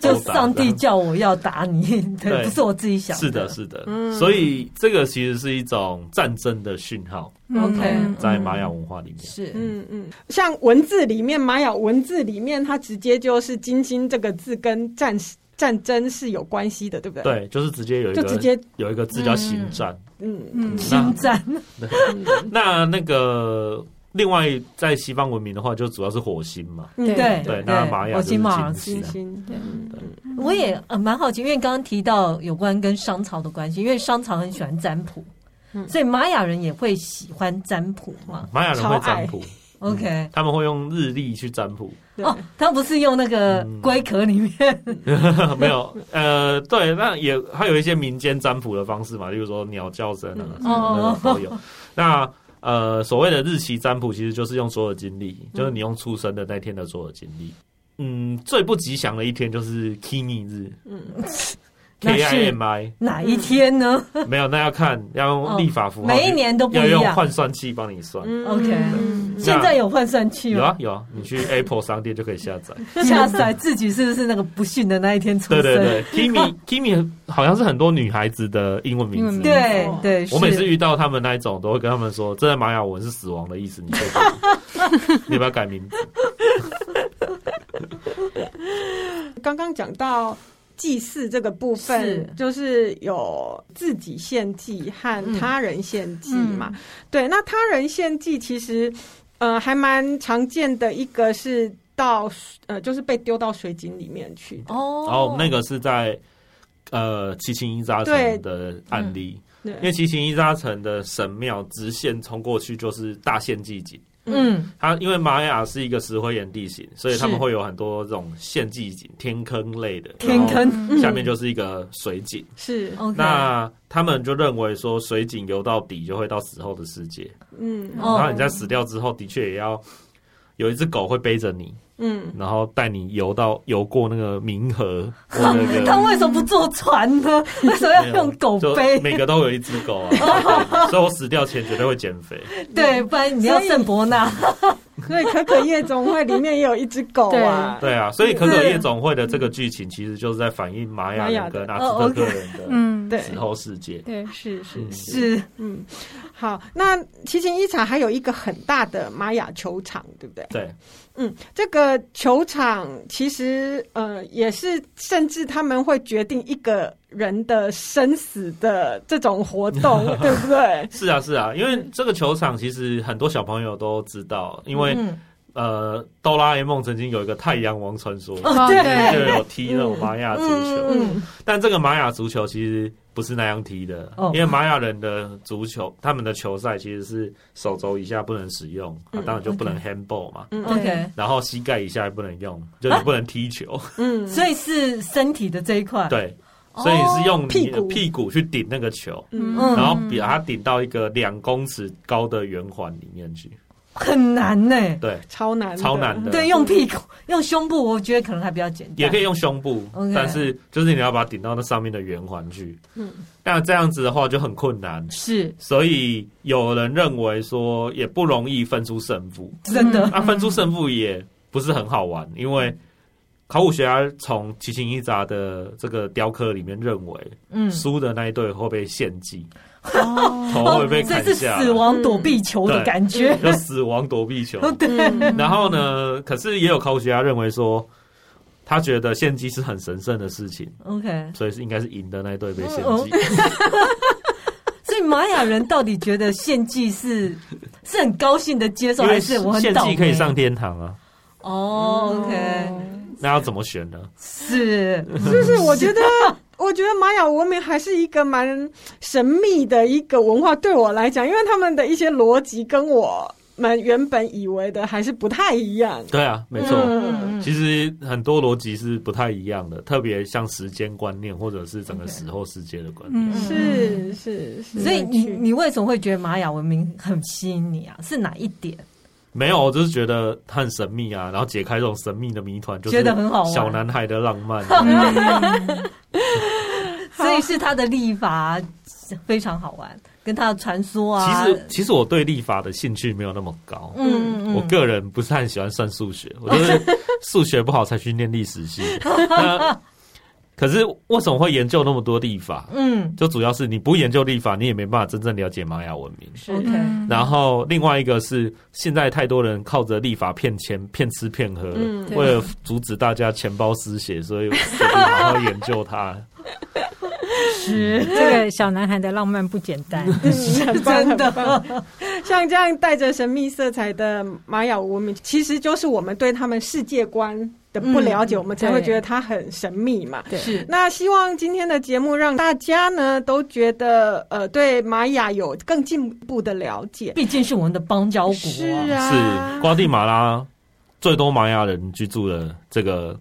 [SPEAKER 2] 就
[SPEAKER 3] 殴打
[SPEAKER 2] 上帝
[SPEAKER 3] 这样
[SPEAKER 2] 叫我要打你，对，
[SPEAKER 3] 对
[SPEAKER 2] 不是我自己想
[SPEAKER 3] 是
[SPEAKER 2] 的
[SPEAKER 3] 的，，是的
[SPEAKER 1] 嗯，
[SPEAKER 3] 所以这个其实是一种战争的讯号，
[SPEAKER 4] 嗯
[SPEAKER 2] OK
[SPEAKER 3] 在玛雅文化里面，
[SPEAKER 2] 是
[SPEAKER 1] 嗯嗯，像文字里面玛雅文字里面，它直接就是“金星”这个字跟战战争是有关系的，对不对？，
[SPEAKER 3] 对，就是直接有一
[SPEAKER 1] 就
[SPEAKER 3] 个
[SPEAKER 1] 直接
[SPEAKER 3] 有一个字叫行战。
[SPEAKER 1] 嗯
[SPEAKER 4] 嗯
[SPEAKER 2] 心战，
[SPEAKER 3] 那那个另外在西方文明的话，就主要是火星嘛，
[SPEAKER 1] 嗯
[SPEAKER 2] 对
[SPEAKER 3] 对，那玛雅
[SPEAKER 2] 火
[SPEAKER 3] 就
[SPEAKER 2] 星
[SPEAKER 3] 是
[SPEAKER 2] 马尔
[SPEAKER 3] 金
[SPEAKER 1] 金
[SPEAKER 3] 星，
[SPEAKER 1] 星嗯
[SPEAKER 4] 对
[SPEAKER 2] 我也呃蛮好奇，因为刚刚提到有关跟商朝的关系，因为商朝很喜欢占卜，
[SPEAKER 1] 嗯
[SPEAKER 2] 所以玛雅人也会喜欢占卜嘛。
[SPEAKER 3] 玛雅人会占卜嗯
[SPEAKER 2] OK，
[SPEAKER 3] 他们会用日历去占卜，
[SPEAKER 1] 嗯对
[SPEAKER 2] 哦，他不是用那个
[SPEAKER 3] 嗯
[SPEAKER 2] 龟壳里面，
[SPEAKER 3] 没有，呃，对，那也还有一些民间占卜的方式嘛，例如说鸟叫声啊，
[SPEAKER 2] 嗯
[SPEAKER 3] 什么
[SPEAKER 2] 哦
[SPEAKER 3] 的都有。那呃，所谓的日期占卜，其实就是用所有经历，就是你用出生的那天的所有经历。嗯，最不吉祥的一天就是 Kimi 日
[SPEAKER 1] 嗯
[SPEAKER 2] 那
[SPEAKER 3] ，K
[SPEAKER 2] 是
[SPEAKER 3] I M I，
[SPEAKER 2] 哪一天呢？
[SPEAKER 3] 没有，那要看要用历法符号去，
[SPEAKER 2] 哦每一年都不
[SPEAKER 3] 嗯要
[SPEAKER 2] 一
[SPEAKER 3] 用
[SPEAKER 2] 样。
[SPEAKER 3] 换算器帮你算。
[SPEAKER 1] 嗯
[SPEAKER 2] 现在有换算器
[SPEAKER 3] 有啊
[SPEAKER 2] 吗？
[SPEAKER 3] 有啊，你去 Apple 商店就可以下载。
[SPEAKER 2] 吓死，自己是不是那个不幸的那一天出
[SPEAKER 3] 对
[SPEAKER 2] 生？
[SPEAKER 3] 对对，Kimi Kimi 好像是很多女孩子的英文名
[SPEAKER 4] 英
[SPEAKER 3] 字
[SPEAKER 4] 文。名
[SPEAKER 2] 对
[SPEAKER 1] 哦
[SPEAKER 2] 对，
[SPEAKER 3] 我每
[SPEAKER 2] 是
[SPEAKER 3] 次遇到他们那一种，都会跟他们说，这在玛雅文是死亡的意思，你确定吗 你要不要改名字？
[SPEAKER 1] 刚刚讲到祭祀这个部分，
[SPEAKER 2] 是
[SPEAKER 1] 就是有自己献祭和他人献祭嘛。
[SPEAKER 4] 嗯
[SPEAKER 1] 对，那他人献祭其实，呃，还蛮常见的一个是到呃，就是被丢到水井里面去的。
[SPEAKER 2] 哦，
[SPEAKER 3] 然后那个是在呃七星伊扎城的案例，
[SPEAKER 1] 对
[SPEAKER 3] 因为七星伊扎城的神庙直线冲过去就是大献祭井。
[SPEAKER 2] 嗯
[SPEAKER 3] 它因为玛雅是一个石灰岩地形，所以他们
[SPEAKER 2] 是
[SPEAKER 3] 会有很多这种献祭井、天坑类的。
[SPEAKER 2] 天
[SPEAKER 3] 然
[SPEAKER 2] 坑
[SPEAKER 3] 后下面就是一个水井，
[SPEAKER 1] 是，
[SPEAKER 2] OK，
[SPEAKER 3] 那他们就认为说水井游到底就会到死后的世界。
[SPEAKER 1] 嗯
[SPEAKER 2] 哦
[SPEAKER 3] 然后你在死掉之后，的确也要有一只狗会背着你，
[SPEAKER 1] 嗯，
[SPEAKER 3] 然后带你游到游过那个冥河或那
[SPEAKER 2] 他
[SPEAKER 3] 个。
[SPEAKER 2] 为什么不坐船 呢？为什么要用狗
[SPEAKER 3] 就
[SPEAKER 2] 背？
[SPEAKER 3] 每个都有一只狗 啊，所以我死掉前绝对会减肥。
[SPEAKER 2] 对，不然你要圣伯纳。
[SPEAKER 1] 所以可可夜总会里面也有一只狗啊。
[SPEAKER 3] 对啊，所以可可夜总会的这个剧情其实就是在反映玛雅
[SPEAKER 1] 玛雅
[SPEAKER 3] 人
[SPEAKER 1] 的
[SPEAKER 3] 跟阿兹特克人
[SPEAKER 4] 嗯
[SPEAKER 1] 对
[SPEAKER 3] 的死后世界。
[SPEAKER 4] 对，
[SPEAKER 1] 是是
[SPEAKER 3] 嗯
[SPEAKER 2] 哦是，
[SPEAKER 1] 嗯，好，那奇琴伊察还有一个很大的玛雅球场，对不对？
[SPEAKER 3] 对，
[SPEAKER 1] 嗯，这个球场其实呃也是，甚至他们会决定一个人的生死的这种活 动，对不对？
[SPEAKER 3] 是啊是啊，因为这个球场其实很多小朋友都知道，因为
[SPEAKER 2] 嗯，
[SPEAKER 3] 呃，哆啦 A 梦曾经有一个太阳王传说，
[SPEAKER 2] 哦对
[SPEAKER 3] 就有踢那种玛雅足球。
[SPEAKER 2] 嗯
[SPEAKER 3] 但这个玛雅足球其实不是那样踢的，
[SPEAKER 2] 哦
[SPEAKER 3] 因为玛雅人的足球，他们的球赛其实是手肘以下不能使用，
[SPEAKER 1] 嗯
[SPEAKER 3] 啊、当然就不能 handball 嘛。
[SPEAKER 1] 嗯
[SPEAKER 2] ，OK，
[SPEAKER 3] 然后膝盖以下也不能用，就是 不能踢球，
[SPEAKER 1] 嗯，
[SPEAKER 2] 所以是身体的这一块。，
[SPEAKER 3] 对，所以是用你
[SPEAKER 1] 屁
[SPEAKER 3] 的
[SPEAKER 1] 股
[SPEAKER 3] 屁股去顶那个球，
[SPEAKER 1] 嗯
[SPEAKER 2] 哦嗯
[SPEAKER 3] 然后把它顶到一个两公尺高的圆环里面去。
[SPEAKER 2] 很难呢、
[SPEAKER 3] 对，
[SPEAKER 1] 超难，
[SPEAKER 3] 超难的
[SPEAKER 2] 对，用屁股、用胸部，我觉得可能还比较简单。
[SPEAKER 3] 也可以用胸部
[SPEAKER 2] OK
[SPEAKER 3] 但是就是你要把它顶到那上面的圆环去。
[SPEAKER 1] 嗯
[SPEAKER 3] 那这样子的话就很困难，
[SPEAKER 2] 是
[SPEAKER 3] 所以有人认为说也不容易分出胜负。
[SPEAKER 2] 真的
[SPEAKER 4] 嗯
[SPEAKER 3] 那、分出胜负也不是很好玩，因为考古学家从奇形异杂的这个雕刻里面认为，
[SPEAKER 2] 嗯，
[SPEAKER 3] 输的那一队会被献祭，
[SPEAKER 1] 哦
[SPEAKER 3] 头会被
[SPEAKER 2] 这
[SPEAKER 3] 砍
[SPEAKER 2] 是
[SPEAKER 3] 下
[SPEAKER 2] 死
[SPEAKER 3] 来，
[SPEAKER 2] 亡躲避球的感觉。
[SPEAKER 3] 就死亡躲避球。
[SPEAKER 1] 嗯
[SPEAKER 3] 然后呢，可是也有考古学家认为说，他觉得献祭是很神圣的事情，
[SPEAKER 2] OK，
[SPEAKER 3] 所以是应该是赢的那一队被献
[SPEAKER 2] 哦
[SPEAKER 3] 祭。
[SPEAKER 2] 所以玛雅人到底觉得献祭是是很高兴的接受，
[SPEAKER 3] 因为
[SPEAKER 2] 还是啊我很欸
[SPEAKER 3] 献
[SPEAKER 2] 倒
[SPEAKER 3] 祭
[SPEAKER 2] 霉
[SPEAKER 3] 可以上天堂啊，
[SPEAKER 2] 哦，OK，
[SPEAKER 4] 嗯
[SPEAKER 3] 那要怎么选呢？
[SPEAKER 2] 是
[SPEAKER 1] 就是我觉得， 我觉得玛雅文明还是一个蛮神秘的一个文化，对我来讲，因为他们的一些逻辑跟我们原本以为的还是不太一样。
[SPEAKER 3] 对啊，没错。
[SPEAKER 1] 嗯
[SPEAKER 3] 其实很多逻辑是不太一样的，特别像时间观念，或者是整个死后世界的观念。
[SPEAKER 4] 嗯
[SPEAKER 1] 是是是，
[SPEAKER 2] 所以你
[SPEAKER 1] 很有趣
[SPEAKER 2] 你为什么会觉得玛雅文明很吸引你啊？是哪一 点？
[SPEAKER 3] 没有，我就是觉得它很神秘啊，然后解开这种神秘的谜团，就是
[SPEAKER 2] 觉得很好玩
[SPEAKER 3] 小男孩的浪 漫。
[SPEAKER 4] 嗯
[SPEAKER 2] 嗯所以是他的立法非常好玩，跟他的传说啊，
[SPEAKER 3] 其实，其实我对历法的兴趣没有那么高。
[SPEAKER 2] 嗯，嗯
[SPEAKER 3] 我个人不是很喜欢算数学，我就是数学不好才去念历史系。那可是为什么会研究那么多历法？
[SPEAKER 2] 嗯
[SPEAKER 3] 就主要是你不研究历法，你也没办法真正了解玛雅文明。
[SPEAKER 2] 是 OK，
[SPEAKER 4] 嗯
[SPEAKER 3] 然后另外一个是，现在太多人靠着立法骗钱、骗吃骗喝了，
[SPEAKER 1] 嗯
[SPEAKER 4] 对
[SPEAKER 3] 为了阻止大家钱包失血，所以我决定好好研究它。
[SPEAKER 4] 是这个小男孩的浪漫不简 单，
[SPEAKER 1] 是
[SPEAKER 2] 真的，
[SPEAKER 1] 像这样带着神秘色彩的玛雅文明，其实就是我们对他们世界观的不了
[SPEAKER 2] 嗯
[SPEAKER 1] 解，我们才会觉得它很神秘嘛。
[SPEAKER 4] 对
[SPEAKER 2] 是
[SPEAKER 1] 那希望今天的节目让大家呢都觉得呃对玛雅有更进一步的了解。
[SPEAKER 2] 毕竟是我们的邦交国、啊，
[SPEAKER 1] 是
[SPEAKER 3] 是
[SPEAKER 1] 啊，
[SPEAKER 3] 瓜地马拉最多玛雅人居住的这个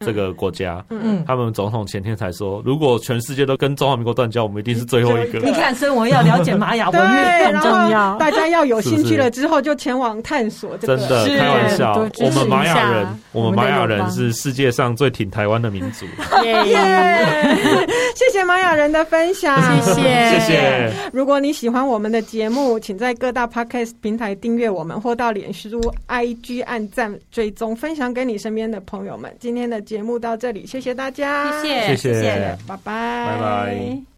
[SPEAKER 3] 这个国家。
[SPEAKER 2] 嗯，
[SPEAKER 3] 他们总统前天才说，如果全世界都跟中华民国断交，我们一定是最后一
[SPEAKER 1] 最后
[SPEAKER 3] 个
[SPEAKER 1] 一。
[SPEAKER 2] 你看，所以我要了解玛雅
[SPEAKER 1] 对，
[SPEAKER 2] 文
[SPEAKER 1] 然
[SPEAKER 2] 明，
[SPEAKER 1] 后
[SPEAKER 4] 要
[SPEAKER 1] 大家要有兴趣
[SPEAKER 3] 是
[SPEAKER 1] 了
[SPEAKER 3] 不是
[SPEAKER 1] 之后就前往探索这 个。
[SPEAKER 3] 真 的
[SPEAKER 2] 是
[SPEAKER 3] 开玩笑
[SPEAKER 4] 多，支
[SPEAKER 3] 我
[SPEAKER 4] 持
[SPEAKER 3] 们玛
[SPEAKER 4] 一下
[SPEAKER 3] 雅人，我们
[SPEAKER 4] 我们
[SPEAKER 3] 玛
[SPEAKER 4] 的
[SPEAKER 3] 雅
[SPEAKER 4] 友
[SPEAKER 3] 人
[SPEAKER 4] 邦
[SPEAKER 3] 是世界上最挺台湾的民族。
[SPEAKER 1] 耶、
[SPEAKER 4] 耶，
[SPEAKER 1] 谢谢玛雅人的分享，
[SPEAKER 4] 谢
[SPEAKER 3] 谢
[SPEAKER 4] 谢
[SPEAKER 3] 谢。
[SPEAKER 1] 如果你喜欢我们的节目，请在各大 podcast 平台订阅我们，或到脸书、IG 按赞、追踪、分享给你身边的朋友们。今天的节目到这里，谢谢大家，
[SPEAKER 3] 谢谢
[SPEAKER 1] 拜拜，拜
[SPEAKER 3] 拜拜。